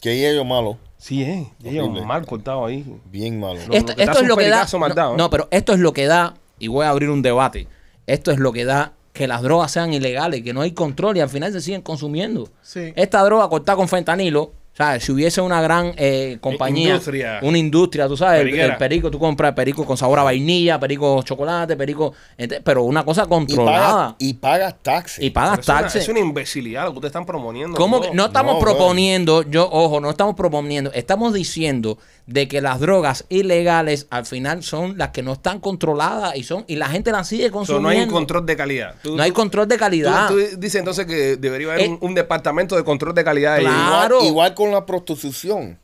Speaker 4: Que ellos malo.
Speaker 1: sí, eh. Yello
Speaker 4: Horrible.
Speaker 1: mal cortado ahí.
Speaker 4: Bien malo.
Speaker 1: Lo-
Speaker 2: esto,
Speaker 1: lo que
Speaker 2: esto
Speaker 1: te hace
Speaker 2: es lo
Speaker 1: un
Speaker 2: que da.
Speaker 1: pericazo mal dado,
Speaker 2: No,
Speaker 1: ¿eh?
Speaker 2: no, pero esto es lo que da, y voy a abrir un debate. Esto es lo que da que las drogas sean ilegales, que no hay control y al final se siguen consumiendo.
Speaker 3: Sí.
Speaker 2: Esta droga cortada con fentanilo, ¿sabes? Si hubiese una gran eh, compañía,
Speaker 1: Industria.
Speaker 2: una industria, tú sabes, el,
Speaker 1: Periquera.
Speaker 2: el perico, tú compras perico con sabor a vainilla, perico chocolate, perico, ente- pero una cosa
Speaker 4: Y pagas
Speaker 2: controlada y,
Speaker 4: y pagas taxes.
Speaker 2: pagas
Speaker 1: Es una,
Speaker 2: taxes.
Speaker 1: es una imbecilidad lo que ustedes están promoviendo.
Speaker 2: Ah, ¿Cómo que- no estamos
Speaker 4: no, bro.
Speaker 2: proponiendo, yo, ojo, no estamos proponiendo, estamos diciendo de que las drogas ilegales al final son las que no están controladas y son y la gente las sigue
Speaker 1: O sea,
Speaker 2: consumiendo.
Speaker 1: no hay un control de calidad. Tú-
Speaker 2: No hay control de
Speaker 1: tú-
Speaker 2: calidad.
Speaker 1: tú dices entonces que debería haber
Speaker 2: Eh.
Speaker 1: un, un departamento de control de calidad. y-
Speaker 2: Claro.
Speaker 4: Igual, igual con la prostitución.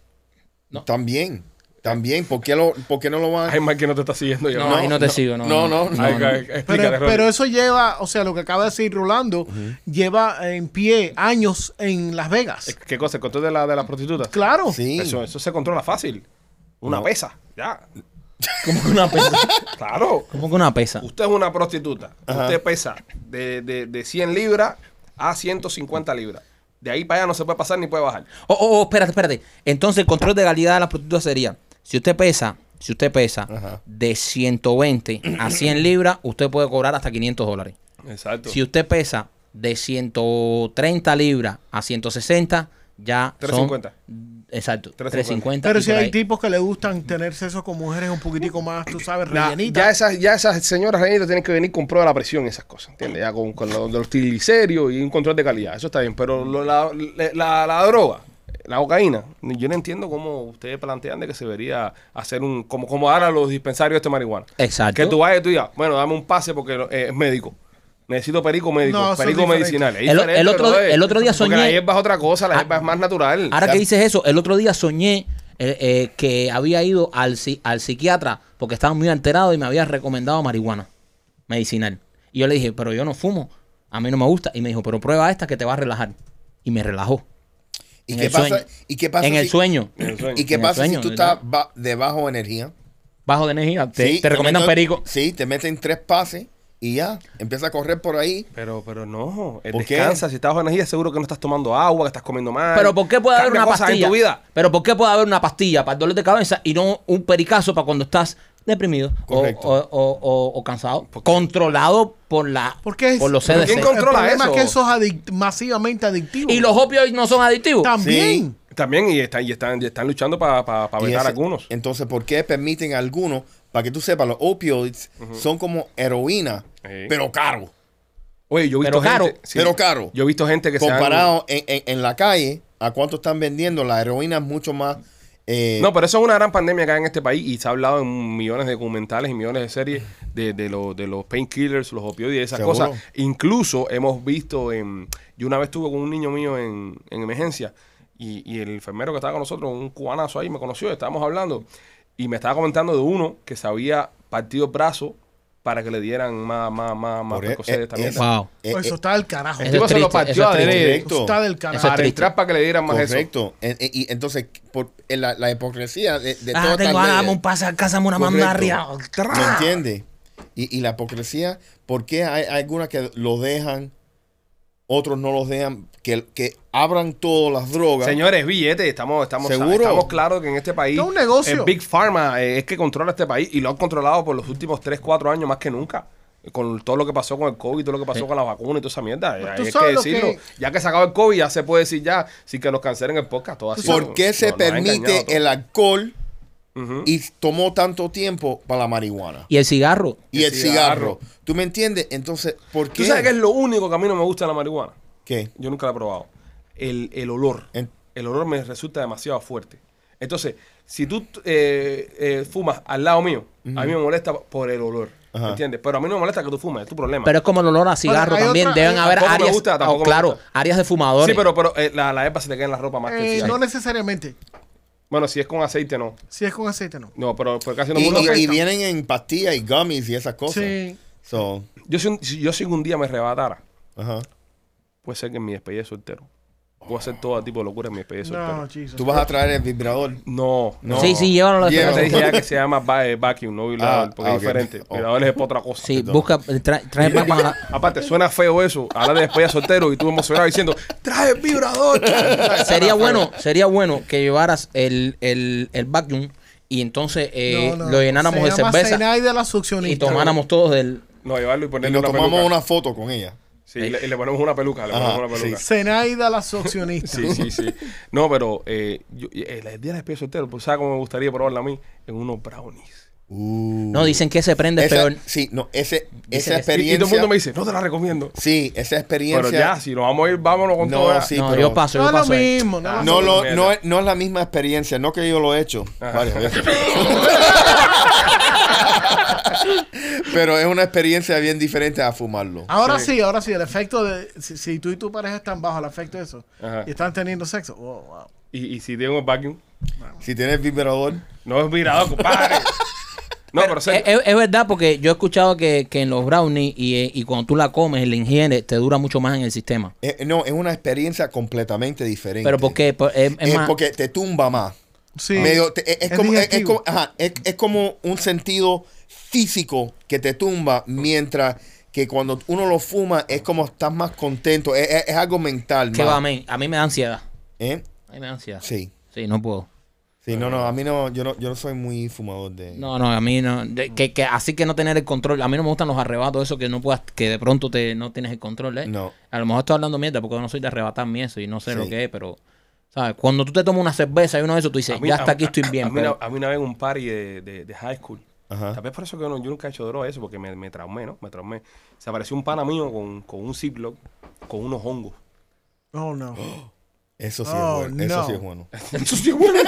Speaker 4: También. También. ¿Por qué, lo, por qué no lo van a...
Speaker 1: Hay más que no te está siguiendo yo.
Speaker 2: No, ahí no te sigo, no,
Speaker 4: No,
Speaker 2: no,
Speaker 4: no,
Speaker 1: Ay,
Speaker 4: no.
Speaker 1: ay,
Speaker 3: Pero,
Speaker 1: explícale, Rolly.
Speaker 3: pero eso lleva, o sea, lo que acaba de decir Rolando, lleva en pie años en Las Vegas.
Speaker 1: ¿Qué cosa? ¿El control de la, de la prostituta?
Speaker 3: Claro.
Speaker 4: Sí.
Speaker 1: Eso, eso se controla fácil. Una pesa. Ya.
Speaker 2: Como que una pesa.
Speaker 1: Claro.
Speaker 2: Como que una pesa.
Speaker 1: Usted es una prostituta. Usted pesa de, de, de 100 libras a 150 libras. De ahí para allá no se puede pasar ni puede bajar.
Speaker 2: Oh, oh, oh, espérate, espérate. Entonces, el control de calidad de las prostitutas sería: si usted pesa, si usted pesa
Speaker 4: Ajá.
Speaker 2: de 120 a 100 libras, usted puede cobrar hasta 500 dólares.
Speaker 1: Exacto.
Speaker 2: Si usted pesa de 130 libras a 160, ya. son-
Speaker 1: 350.
Speaker 2: exacto.
Speaker 1: 350.
Speaker 2: 350.
Speaker 3: Pero
Speaker 2: y
Speaker 3: si
Speaker 2: por
Speaker 3: hay
Speaker 2: ahí.
Speaker 3: tipos que le gustan tener sexo con mujeres un poquitico más, tú sabes,
Speaker 1: Nah,
Speaker 3: rellenitas.
Speaker 1: ya, esas, ya esas señoras rellenitas tienen que venir con prueba de la presión y esas cosas, ¿entiendes? Ya con, con lo- los triglicéridos y un control de calidad, eso está bien. Pero lo- la, la- la- la droga, la cocaína, yo no entiendo cómo ustedes plantean de que se debería hacer un... como, como ahora los dispensarios de este marihuana.
Speaker 2: Exacto.
Speaker 1: Que tú vayas y tú digas, bueno, dame un pase porque eh, es médico. Necesito perico médico,
Speaker 3: No, eso es
Speaker 1: perico
Speaker 3: diferente.
Speaker 1: medicinal. Es
Speaker 2: El o- el
Speaker 1: diferente,
Speaker 2: otro-
Speaker 1: brother.
Speaker 2: el otro día soñé- Ah.
Speaker 1: Porque la hierba es otra cosa, la hierba es más natural.
Speaker 2: Ahora
Speaker 1: O sea,
Speaker 2: que dices eso, el otro día soñé eh, eh, que había ido al, psi- al psiquiatra porque estaba muy alterado y me había recomendado marihuana medicinal. Y yo le dije, pero yo no fumo, a mí no me gusta. Y me dijo, pero prueba esta que te va a relajar. Y me relajó.
Speaker 4: ¿Y
Speaker 2: En
Speaker 4: qué
Speaker 2: el
Speaker 4: pasa?
Speaker 2: sueño.
Speaker 4: ¿Y qué pasa?
Speaker 2: en el
Speaker 4: si-
Speaker 2: sueño.
Speaker 1: en el sueño.
Speaker 4: ¿Y qué
Speaker 2: En el
Speaker 4: pasa si
Speaker 2: sueño,
Speaker 4: tú
Speaker 2: ¿verdad?
Speaker 4: estás ba- de bajo energía?
Speaker 2: Bajo de energía. Te,
Speaker 4: Sí,
Speaker 2: te recomiendan
Speaker 4: meten-
Speaker 2: perico.
Speaker 4: Sí, te meten tres pases y ya, empieza a correr por ahí.
Speaker 1: Pero, pero no, eh,
Speaker 4: ¿Por qué?
Speaker 1: descansa, si estás bajo energía seguro que no estás tomando agua, que estás comiendo mal.
Speaker 2: Pero ¿por qué puede haber
Speaker 1: Cambia
Speaker 2: una
Speaker 1: cosas
Speaker 2: pastilla?
Speaker 1: en tu vida.
Speaker 2: Pero ¿por qué puede haber una pastilla para el dolor de cabeza y no un pericazo para cuando estás deprimido o,
Speaker 4: Correcto.
Speaker 2: o- o- o- o cansado? Controlado por la
Speaker 3: ¿Por qué es?
Speaker 2: por los
Speaker 1: ¿Pero
Speaker 2: CDC.
Speaker 1: quién controla
Speaker 3: el problema
Speaker 1: eso?
Speaker 3: es que eso es adic- masivamente adictivo.
Speaker 2: Y los opioides no son adictivos.
Speaker 3: También.
Speaker 1: También, y están, y están, y están luchando para pa, pa
Speaker 4: y
Speaker 1: vetar
Speaker 4: ese- eh,
Speaker 1: algunos.
Speaker 4: Entonces, ¿por qué permiten a algunos? Para que tú sepas, los opioides son como heroína,
Speaker 1: Sí.
Speaker 4: pero caro.
Speaker 1: Oye, yo he visto
Speaker 2: Pero caro.
Speaker 1: gente.
Speaker 4: Pero caro.
Speaker 1: Yo he visto gente que se han-
Speaker 4: Comparado en, en- en la calle, a cuánto están vendiendo, la heroína es mucho más... eh,
Speaker 1: No, pero eso es una gran pandemia acá en este país y se ha hablado en millones de documentales y millones de series de, de, los- de los painkillers, los opioides y esas
Speaker 4: Seguro.
Speaker 1: cosas. Incluso hemos visto en... Yo una vez estuve con un niño mío en, en emergencia y, y el enfermero que estaba con nosotros, un cubanazo ahí, me conoció, estábamos hablando y me estaba comentando de uno que se había partido el brazo para que le dieran más, más, más, más
Speaker 4: Por e-
Speaker 1: percocet de esta
Speaker 4: e-
Speaker 1: mierda.
Speaker 4: esa-
Speaker 2: Wow.
Speaker 4: eh,
Speaker 3: Pues eso
Speaker 4: eh,
Speaker 3: está del carajo.
Speaker 1: El
Speaker 2: Eso
Speaker 1: tipo
Speaker 2: es
Speaker 1: se lo
Speaker 2: triste, eso
Speaker 1: partió
Speaker 2: es triste.
Speaker 1: adrede
Speaker 4: Correcto.
Speaker 3: Eso está del
Speaker 2: Eso es
Speaker 1: para
Speaker 3: carajo.
Speaker 2: triste.
Speaker 1: entrar para que le dieran más eso.
Speaker 4: correcto. Eh, eh, y entonces, por, eh, la, la hipocresía de, de
Speaker 2: Ah,
Speaker 4: todas
Speaker 2: tengo
Speaker 4: estas
Speaker 2: ganas, dame
Speaker 4: leyes.
Speaker 2: un pase a casa, dame una
Speaker 4: Correcto.
Speaker 2: mandarria.
Speaker 4: ¿Me entiendes? Y, y la hipocresía, ¿por qué hay, hay algunas que lo dejan, otros no los dejan? Que, que abran todas las drogas.
Speaker 1: Señores, billetes, estamos, estamos,
Speaker 4: Seguro.
Speaker 1: estamos claros que en este país
Speaker 3: Es un negocio.
Speaker 1: el Big Pharma eh, es que controla este país y lo han controlado por los últimos 3, 4 años más que nunca. Con todo lo que pasó con el COVID, todo lo que pasó
Speaker 4: Eh.
Speaker 1: con la vacuna y toda esa mierda. Eh,
Speaker 3: Pues tú
Speaker 1: Hay que
Speaker 3: sabes lo
Speaker 1: decirlo.
Speaker 3: que-
Speaker 1: Ya que se acabó el COVID, ya se puede decir ya, sin que los cancelen el podcast. Todo así.
Speaker 4: ¿Por qué se
Speaker 1: Nos- nos han engañado
Speaker 4: permite
Speaker 1: todo.
Speaker 4: el alcohol
Speaker 1: Ujú.
Speaker 4: y tomó tanto tiempo para la marihuana?
Speaker 2: Y el cigarro.
Speaker 4: Y el
Speaker 1: el cigarro.
Speaker 4: cigarro. ¿Tú me entiendes? Entonces, ¿por qué?
Speaker 1: ¿Tú sabes qué es lo único que a mí no me gusta de la marihuana?
Speaker 4: ¿Qué?
Speaker 1: Yo nunca la he probado. El, el olor.
Speaker 4: En-
Speaker 1: El olor me resulta demasiado fuerte. Entonces, si tú t- eh, eh, fumas al lado mío, a mí me molesta por el olor.
Speaker 4: Ajá.
Speaker 1: ¿Entiendes? Pero a mí no me molesta que tú fumes, es tu problema.
Speaker 2: Pero es como el olor a cigarro
Speaker 3: hay
Speaker 2: también.
Speaker 3: otra-
Speaker 2: Deben
Speaker 3: eh,
Speaker 2: haber
Speaker 1: tampoco me
Speaker 2: áreas.
Speaker 1: gusta, tampoco me
Speaker 2: oh, claro,
Speaker 1: gusta.
Speaker 2: áreas de fumadores.
Speaker 1: sí, pero, pero eh, la, la hierba se te queda en la ropa más que el
Speaker 3: Eh,
Speaker 1: cigarro.
Speaker 3: no necesariamente.
Speaker 1: Bueno, si es con aceite, no.
Speaker 3: Si es con aceite, no.
Speaker 1: No, pero, pero casi no
Speaker 4: Y,
Speaker 1: me gusta.
Speaker 4: y- y vienen en pastillas y gummies y esas cosas.
Speaker 3: Sí.
Speaker 4: So,
Speaker 1: Yo, si un- si yo si un día me arrebatara,
Speaker 4: ajá.
Speaker 1: puede ser que en mi despedida de soltero. Puedo hacer todo tipo de locura en mi despedida de
Speaker 3: No,
Speaker 1: soltero.
Speaker 3: Jesus.
Speaker 4: Tú vas a traer el vibrador.
Speaker 1: No, no.
Speaker 2: Sí, sí, llévalo a la
Speaker 1: Ya
Speaker 4: Llévalo.
Speaker 1: te
Speaker 2: despedida.
Speaker 1: dije ya que se llama va- eh, vacuum, no vibrador,
Speaker 4: Ah,
Speaker 1: porque
Speaker 4: ah,
Speaker 1: es
Speaker 4: ok.
Speaker 1: diferente.
Speaker 4: Oh.
Speaker 1: Vibrador es para otra cosa.
Speaker 2: Sí, busca, eh, tra- trae más para la-
Speaker 1: Aparte, suena feo eso. Hablar de despedida soltero y tú emocionado diciendo, trae el vibrador.
Speaker 2: Sería bueno, sería bueno que llevaras el, el, el vacuum y entonces eh,
Speaker 3: No, no,
Speaker 2: lo llenáramos
Speaker 3: se
Speaker 2: de
Speaker 3: llama
Speaker 2: cerveza
Speaker 3: Zenaida la
Speaker 2: y
Speaker 3: succionista.
Speaker 2: tomáramos todos del.
Speaker 1: No, llevarlo y
Speaker 4: Y
Speaker 1: ponerle
Speaker 4: nos
Speaker 1: una
Speaker 4: tomamos
Speaker 1: peluca.
Speaker 4: una foto con ella.
Speaker 1: Sí, y le, y le ponemos una peluca, le
Speaker 4: Ajá,
Speaker 1: ponemos una peluca.
Speaker 4: sí.
Speaker 3: Zenaida la succionista.
Speaker 1: Sí, sí, sí. No, pero eh, yo, eh, el día de la despedida soltero, pues ¿sabes cómo me gustaría probarla a mí? En unos brownies.
Speaker 4: Uh.
Speaker 2: No, dicen que se prende
Speaker 4: Esa-
Speaker 2: peor.
Speaker 4: Sí, no, ese, esa
Speaker 1: Y,
Speaker 2: que-
Speaker 1: y
Speaker 4: experiencia.
Speaker 1: todo el mundo me dice, no te la recomiendo.
Speaker 4: Sí, esa
Speaker 1: Pero
Speaker 4: experiencia.
Speaker 1: ya, si nos vamos a ir, vámonos con
Speaker 4: No,
Speaker 1: todo.
Speaker 4: sí,
Speaker 2: no,
Speaker 4: pero-
Speaker 2: yo paso,
Speaker 3: No
Speaker 2: yo
Speaker 3: es lo
Speaker 2: paso. ahí.
Speaker 3: mismo. No, es lo
Speaker 4: No,
Speaker 3: mismo.
Speaker 4: lo, no, es- no es la misma experiencia, no que yo lo he hecho
Speaker 1: Ah.
Speaker 4: varias veces. Pero es una experiencia bien diferente a fumarlo.
Speaker 1: Ah.
Speaker 3: Ahora sí. ahora sí. El efecto de. Si, si tú y tu pareja están bajo el efecto de eso
Speaker 1: Ajá.
Speaker 3: y están teniendo sexo. wow, wow.
Speaker 1: Y, y si tengo el vacuum,
Speaker 4: Si tienes vibrador,
Speaker 1: no es vibrador, compadre. No, pero,
Speaker 2: Es,
Speaker 1: sé.
Speaker 2: es- es verdad porque yo he escuchado que, que en los brownies y, eh, y cuando tú la comes, el ingieres, te dura mucho más en el sistema.
Speaker 4: eh, no, es una experiencia completamente diferente.
Speaker 2: Pero porque por- es, es
Speaker 4: Es
Speaker 2: más...
Speaker 4: porque te tumba más.
Speaker 3: Sí.
Speaker 4: Medio- te- e, es, es
Speaker 3: Es
Speaker 4: como, e, es- es
Speaker 3: digestivo.
Speaker 4: como- ajá, es- es como un sentido físico que te tumba mientras que cuando uno lo fuma es como estás más contento. Es, es- es algo mental.
Speaker 2: ¿Qué
Speaker 4: man.
Speaker 2: va, men? A mí me da ansiedad.
Speaker 4: ¿Eh?
Speaker 2: A mí me da ansiedad.
Speaker 4: Sí.
Speaker 2: Sí, no puedo.
Speaker 4: Sí, no, no, a mí no, yo no, yo no soy muy fumador de...
Speaker 2: No, no, a mí no. de- que, que así que no tener el control. A mí no me gustan los arrebatos, eso que no puedas, que de pronto te, no tienes el control, ¿eh?
Speaker 4: No.
Speaker 2: A lo mejor estoy hablando mierda porque no soy de arrebatarme eso y no sé
Speaker 4: Sí.
Speaker 2: lo que es, pero. ¿Sabes? Cuando tú te tomas una cerveza y uno de esos, tú dices, eh, ya hasta aquí estoy bien.
Speaker 1: A mí, una,
Speaker 2: pero-
Speaker 1: a mí una vez en un party de, de- de high school.
Speaker 4: Ajá.
Speaker 1: Tal vez por eso que yo, no- yo nunca he hecho droga eso, porque me, me traumé, ¿no? Me traumé. Se apareció un pana mío con, con un Ziploc, con unos hongos.
Speaker 3: Oh, no.
Speaker 4: Eso sí
Speaker 3: Oh,
Speaker 4: es bueno. Eso
Speaker 3: no.
Speaker 4: sí es bueno.
Speaker 1: Eso sí es bueno.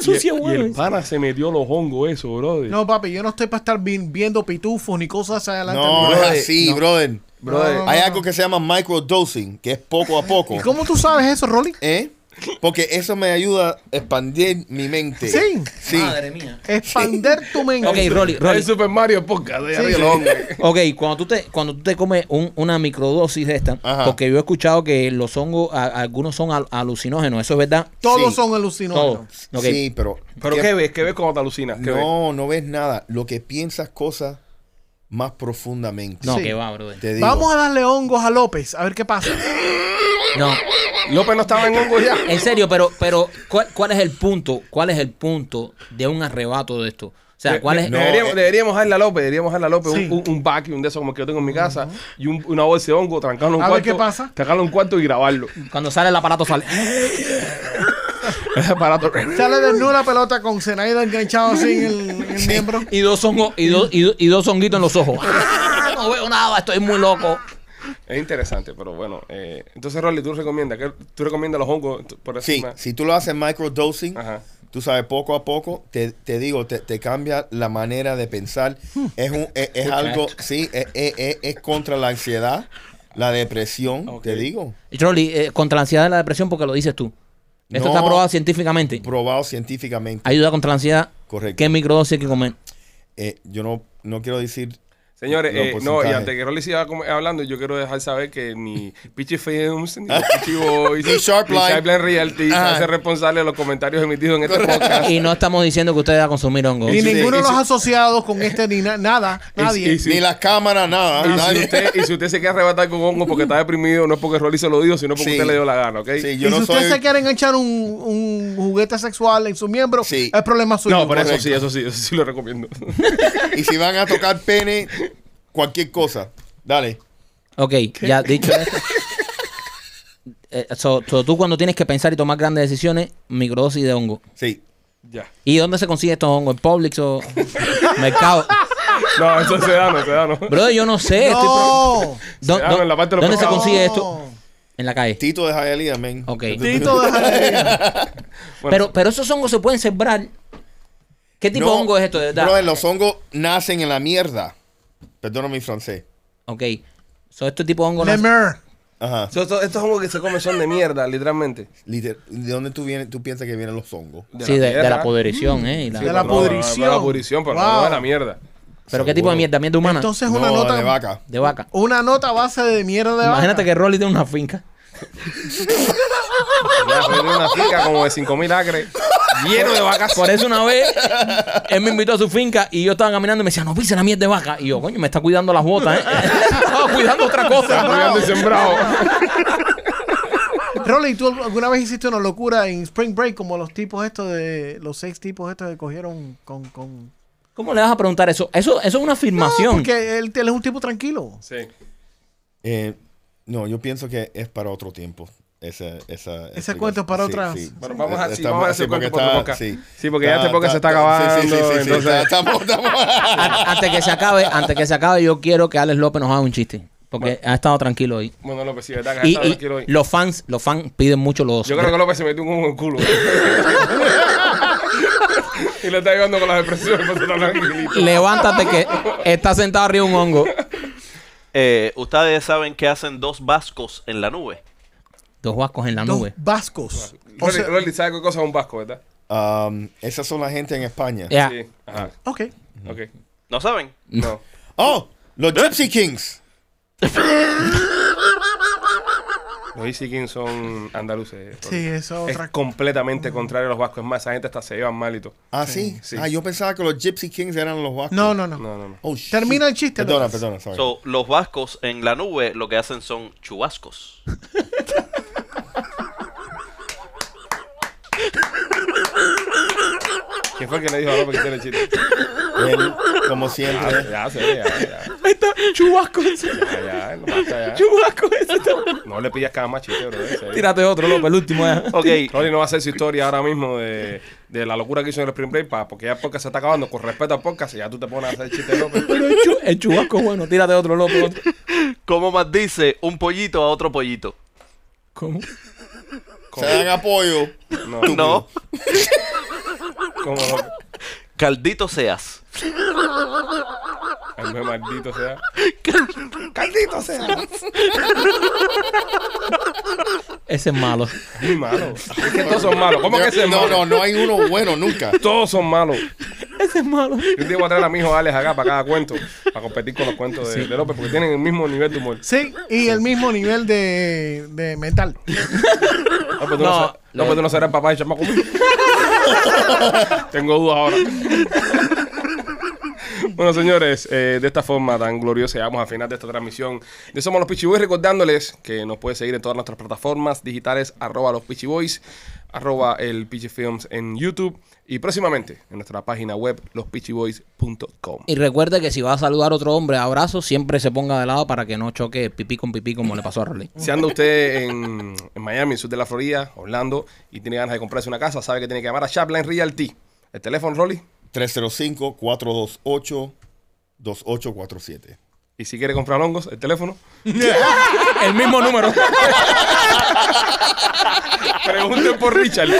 Speaker 2: Eso
Speaker 1: Y-
Speaker 2: sí es bueno,
Speaker 1: Y el
Speaker 2: eso.
Speaker 1: pana se metió los hongos, eso, brother.
Speaker 3: No, papi, yo no estoy para estar vi- viendo pitufos ni cosas hacia adelante.
Speaker 4: No, es
Speaker 1: Brother,
Speaker 4: así,
Speaker 1: no.
Speaker 4: brother.
Speaker 1: Brother.
Speaker 3: No, no,
Speaker 4: Hay
Speaker 3: no.
Speaker 4: algo que se llama microdosing, que es poco a poco.
Speaker 3: ¿Y cómo tú sabes eso, Rolly?
Speaker 4: ¿Eh? Porque eso me ayuda a expandir mi mente.
Speaker 3: Sí.
Speaker 4: Sí.
Speaker 2: Madre mía.
Speaker 3: Expander tu mente.
Speaker 2: Ok, Rolly,
Speaker 1: El
Speaker 2: Rolly.
Speaker 1: Super Mario Podcast. eh, ahí arriba,
Speaker 3: eh, sí.
Speaker 1: los hongos.
Speaker 2: Ok, cuando tú te, cuando tú te comes un- una microdosis de esta,
Speaker 4: Ajá.
Speaker 2: porque yo he escuchado que los hongos, a- algunos son al- alucinógenos, ¿eso es verdad?
Speaker 3: Todos
Speaker 4: Sí.
Speaker 3: son
Speaker 2: Todo.
Speaker 3: alucinógenos.
Speaker 2: Ok.
Speaker 4: Sí, pero.
Speaker 1: Pero ¿qué ves? ¿Qué ves cuando te alucinas? ¿Qué ves?
Speaker 4: No, no ves nada. Lo que piensas cosas más profundamente.
Speaker 2: No,
Speaker 3: Sí.
Speaker 2: que va, brother.
Speaker 4: Te digo.
Speaker 3: Vamos a darle hongos a López, a ver qué pasa.
Speaker 2: No,
Speaker 1: López no estaba en hongos ya.
Speaker 2: en serio, pero, pero ¿cuál, cuál es el punto? ¿Cuál es el punto de un arrebato de esto? O sea, ¿cuál es?
Speaker 1: De- deberíamos,
Speaker 4: eh.
Speaker 1: deberíamos darle a López, deberíamos darle a López
Speaker 3: Sí.
Speaker 1: un, un, un vacuum de eso como que yo tengo en mi casa y un- una bolsa de hongo, trancarlo en un
Speaker 3: A ver
Speaker 1: cuarto.
Speaker 3: qué pasa.
Speaker 1: Trancarlo en un cuarto y grabarlo.
Speaker 2: Cuando sale el aparato sale.
Speaker 1: Ese aparato.
Speaker 3: Sale desnuda la pelota con Zenaida enganchado así en el, en el miembro.
Speaker 2: Y dos hongos, y dos, y, do- y dos honguitos en los ojos. Ah, No veo nada, estoy muy loco.
Speaker 1: Es interesante, pero bueno. eh, entonces, Rolly, tú recomiendas, que tú recomiendas los hongos tú- por
Speaker 4: Sí,
Speaker 1: encima.
Speaker 4: si tú lo haces microdosing,
Speaker 1: Ajá.
Speaker 4: tú sabes, poco a poco, te, te digo, te, te cambia la manera de pensar.
Speaker 3: Hmm.
Speaker 4: Es, un, es, es algo, sí, es, es- es- es contra la ansiedad, la depresión,
Speaker 1: Ok.
Speaker 4: te digo.
Speaker 2: Rolly, eh, contra la ansiedad y la depresión, porque lo dices tú. Esto
Speaker 4: No.
Speaker 2: está probado científicamente.
Speaker 4: Probado científicamente.
Speaker 2: Ayuda contra la ansiedad.
Speaker 4: Correcto.
Speaker 2: ¿Qué microdosis hay que comer?
Speaker 4: Eh, yo no, no quiero decir.
Speaker 1: Señores,
Speaker 4: los
Speaker 1: eh, no, y
Speaker 4: porcentajes.
Speaker 1: antes que Rolly siga com- hablando, yo quiero dejar saber que ni Pichi Films, ni Pichi Boys,
Speaker 4: Ni Sharpline.
Speaker 1: ni Realty se
Speaker 4: Ajá.
Speaker 1: hace responsable de los comentarios emitidos en este podcast.
Speaker 2: Y no estamos diciendo que usted va a consumir hongo.
Speaker 3: Y
Speaker 1: si-
Speaker 3: ninguno
Speaker 1: y
Speaker 3: de los
Speaker 1: si-
Speaker 3: asociados con este ni na- nada,
Speaker 1: Y si-
Speaker 3: nadie.
Speaker 1: y si-
Speaker 4: Ni las cámaras, nada.
Speaker 1: Y si,
Speaker 4: nadie.
Speaker 1: usted, y si usted se quiere arrebatar con hongo porque está deprimido, no es porque Rolly se lo dijo, sino porque
Speaker 4: Sí.
Speaker 1: usted le dio la gana, ¿ok?
Speaker 4: Sí,
Speaker 3: Y
Speaker 4: yo
Speaker 3: si
Speaker 4: no
Speaker 3: usted
Speaker 4: soy.
Speaker 3: se quiere enganchar un, un juguete sexual en su miembro,
Speaker 4: Sí.
Speaker 3: es problema suyo.
Speaker 1: No, pero eso
Speaker 4: Correcto.
Speaker 1: sí, eso sí, eso sí lo recomiendo.
Speaker 4: Y si van a tocar pene, cualquier cosa. Dale.
Speaker 2: Ok, ya dicho esto. Eh, so- so tú cuando tienes que pensar y tomar grandes decisiones, microdosis de hongo.
Speaker 4: Sí.
Speaker 1: ya.
Speaker 2: ¿Y dónde se consigue estos hongos? ¿En Publix o mercado?
Speaker 1: No, eso se da, no, se da, no.
Speaker 2: Bro, yo no sé. estoy pro-
Speaker 3: No.
Speaker 2: ¿Dó-
Speaker 1: Se dan
Speaker 2: dó-
Speaker 1: en la parte de los
Speaker 2: ¿Dónde se
Speaker 1: pescados.
Speaker 2: consigue esto? En la calle.
Speaker 4: Tito de Jayalía, men.
Speaker 2: Ok.
Speaker 3: Tito, déjale.
Speaker 1: Bueno,
Speaker 2: Pero, pero esos hongos se pueden sembrar. ¿Qué tipo
Speaker 4: No,
Speaker 2: de hongo es esto, de verdad?
Speaker 4: brother, los hongos nacen en la mierda. Perdona mi francés.
Speaker 2: Ok. So, este tipo de hongo no-
Speaker 3: Lemer.
Speaker 4: Ajá.
Speaker 1: so- so- estos hongos que se comen son de mierda, literalmente.
Speaker 4: Liter- ¿De dónde tú, vienes, tú piensas que vienen los hongos?
Speaker 2: Sí, de, de la
Speaker 1: tierra.
Speaker 2: poderición, ¿eh? y la-
Speaker 3: Sí, de la
Speaker 1: No, no, no,
Speaker 3: pudrición.
Speaker 1: de la pudrición, pero no
Speaker 3: Wow.
Speaker 1: de la mierda.
Speaker 2: pero ¿qué tipo de mierda? ¿Mierda humana?
Speaker 3: Entonces
Speaker 4: No,
Speaker 3: una
Speaker 4: de
Speaker 3: nota.
Speaker 4: vaca.
Speaker 2: de vaca.
Speaker 3: Una nota a base de mierda de
Speaker 2: Imagínate
Speaker 3: vaca.
Speaker 2: que Rolly tiene una finca.
Speaker 1: Ya, fue de una finca como de 5.000 acres, lleno de vacas.
Speaker 2: Por eso una vez él me invitó a su finca y yo estaba caminando y me decía, no pise la mierda de vaca. Y yo, coño, me está cuidando las botas, ¿eh? estaba cuidando otra cosa.
Speaker 1: Cuidando y sembrado.
Speaker 3: Rolly, ¿tú alguna vez hiciste una locura en Spring Break como los tipos estos de... Los seis tipos estos que cogieron con... con...
Speaker 2: ¿Cómo le vas a preguntar eso? Eso, eso es una
Speaker 3: No,
Speaker 2: afirmación.
Speaker 3: porque él, él es un tipo tranquilo.
Speaker 1: Sí.
Speaker 4: Eh, no, yo pienso que es para otro tiempo. Esa, esa,
Speaker 3: Ese cuento es para otra-
Speaker 1: Bueno, vamos a- sí,
Speaker 4: Está-
Speaker 1: vamos a
Speaker 4: sí,
Speaker 1: hacer
Speaker 4: porque
Speaker 1: cuento para
Speaker 4: está-
Speaker 1: otra boca. Sí, porque ya este podcast se está
Speaker 4: Sí, sí, sí,
Speaker 1: acabando,
Speaker 4: sí, sí,
Speaker 1: entonces-
Speaker 4: está- estamos- estamos-
Speaker 2: A- antes que se acabe, antes que se acabe, yo quiero que Alex López nos haga un chiste. Porque ha estado tranquilo hoy.
Speaker 1: Bueno, López, sí, verdad que
Speaker 2: Y,
Speaker 1: hasta ahora
Speaker 2: y
Speaker 1: quiero ir.
Speaker 2: los fans, los fans piden mucho los.
Speaker 1: Yo creo que López se metió un hongo en el culo. y le está llevando con las expresiones por estar tranquilito.
Speaker 2: Levántate que está sentado arriba un hongo.
Speaker 5: Eh, Ustedes saben que hacen dos vascos en la nube.
Speaker 2: Dos vascos en la
Speaker 3: Los
Speaker 2: nube.
Speaker 3: vascos. O
Speaker 1: Rolly,
Speaker 3: sea-
Speaker 1: Rolly, ¿sabe qué cosa es un vasco, verdad?
Speaker 4: Um, esas son la gente en España.
Speaker 2: Ya.
Speaker 1: Sí. Ajá.
Speaker 3: ok.
Speaker 1: Ok.
Speaker 5: ¿No saben?
Speaker 1: No.
Speaker 4: Oh, los Gypsy Kings.
Speaker 1: Los Isikin son andaluces. eh,
Speaker 3: Sí, eso es
Speaker 1: es
Speaker 3: otra-
Speaker 1: completamente contrario a los vascos. Es más, esa gente hasta se llevan mal y todo.
Speaker 4: Ah, sí.
Speaker 1: sí.
Speaker 4: Ah, yo pensaba que los Gypsy Kings eran los vascos.
Speaker 3: No, no, no.
Speaker 1: No, no, no.
Speaker 4: Oh, shit.
Speaker 3: Termina el chiste,
Speaker 4: Perdona,
Speaker 3: Lucas.
Speaker 4: perdona, sorry.
Speaker 5: So, los vascos en la nube lo que hacen son chubascos.
Speaker 1: ¿Quién fue el que le dijo a López que tiene el chiste?
Speaker 4: Él, como
Speaker 1: Ya,
Speaker 3: Ah,
Speaker 4: siempre.
Speaker 1: ya, sí, ya, ya.
Speaker 2: Ahí está, chubasco ese.
Speaker 1: Ya, ya, no basta, ya.
Speaker 2: Chubasco ese.
Speaker 1: No le pillas cada más chiste, bro. en serio.
Speaker 2: Tírate otro, López, el último. eh.
Speaker 5: Ok,
Speaker 1: Rolly no va a hacer su historia ahora mismo de, de la locura que hizo en el Spring Break, pa, porque ya el podcast se está acabando. Con respeto al podcast, si ya tú te pones a hacer chiste de López.
Speaker 2: Pero el, chu- el chubasco es bueno. Tírate otro, López. otro.
Speaker 5: ¿cómo más dice un pollito a otro pollito?
Speaker 2: ¿Cómo?
Speaker 4: Se dan apoyo.
Speaker 1: No,
Speaker 5: No,
Speaker 1: Como López.
Speaker 5: caldito seas.
Speaker 1: El maldito sea.
Speaker 4: Caldito sea.
Speaker 2: Ese es malo.
Speaker 1: Es muy malo. Es que todos son malos. ¿Cómo que ese es
Speaker 4: No,
Speaker 1: malo?
Speaker 4: no, no hay uno bueno nunca.
Speaker 1: Todos son malos.
Speaker 2: Ese es malo.
Speaker 1: Yo te voy a traer a mi hijo Alex acá para cada cuento, para competir con los cuentos de, de López, porque tienen el mismo nivel de humor.
Speaker 3: Sí, y el mismo nivel de, de mental.
Speaker 1: López, tú no,
Speaker 2: No,
Speaker 1: sa- López, tú no serás el papá de chamaco mío. Tengo dudas ahora. Bueno, señores, eh, de esta forma tan gloriosa llegamos al final de esta transmisión de Somos los Peachy Boys, recordándoles que nos puedes seguir en todas nuestras plataformas digitales, arroba los Peachy Boys, arroba el Peachy Films en YouTube y próximamente en nuestra página web lospitchyboys.com.
Speaker 2: Y recuerda que si vas a saludar a otro hombre a abrazo, siempre se ponga de lado para que no choque pipí con pipí como le pasó a Rolly.
Speaker 1: Si anda usted en, en Miami, sur de la Florida, Orlando, y tiene ganas de comprarse una casa, sabe que tiene que llamar a Chapline Realty. El teléfono, Rolly.
Speaker 4: 305-428-2847.
Speaker 1: Y si quiere comprar hongos, el teléfono.
Speaker 2: el mismo número.
Speaker 1: Pregunten por Richard.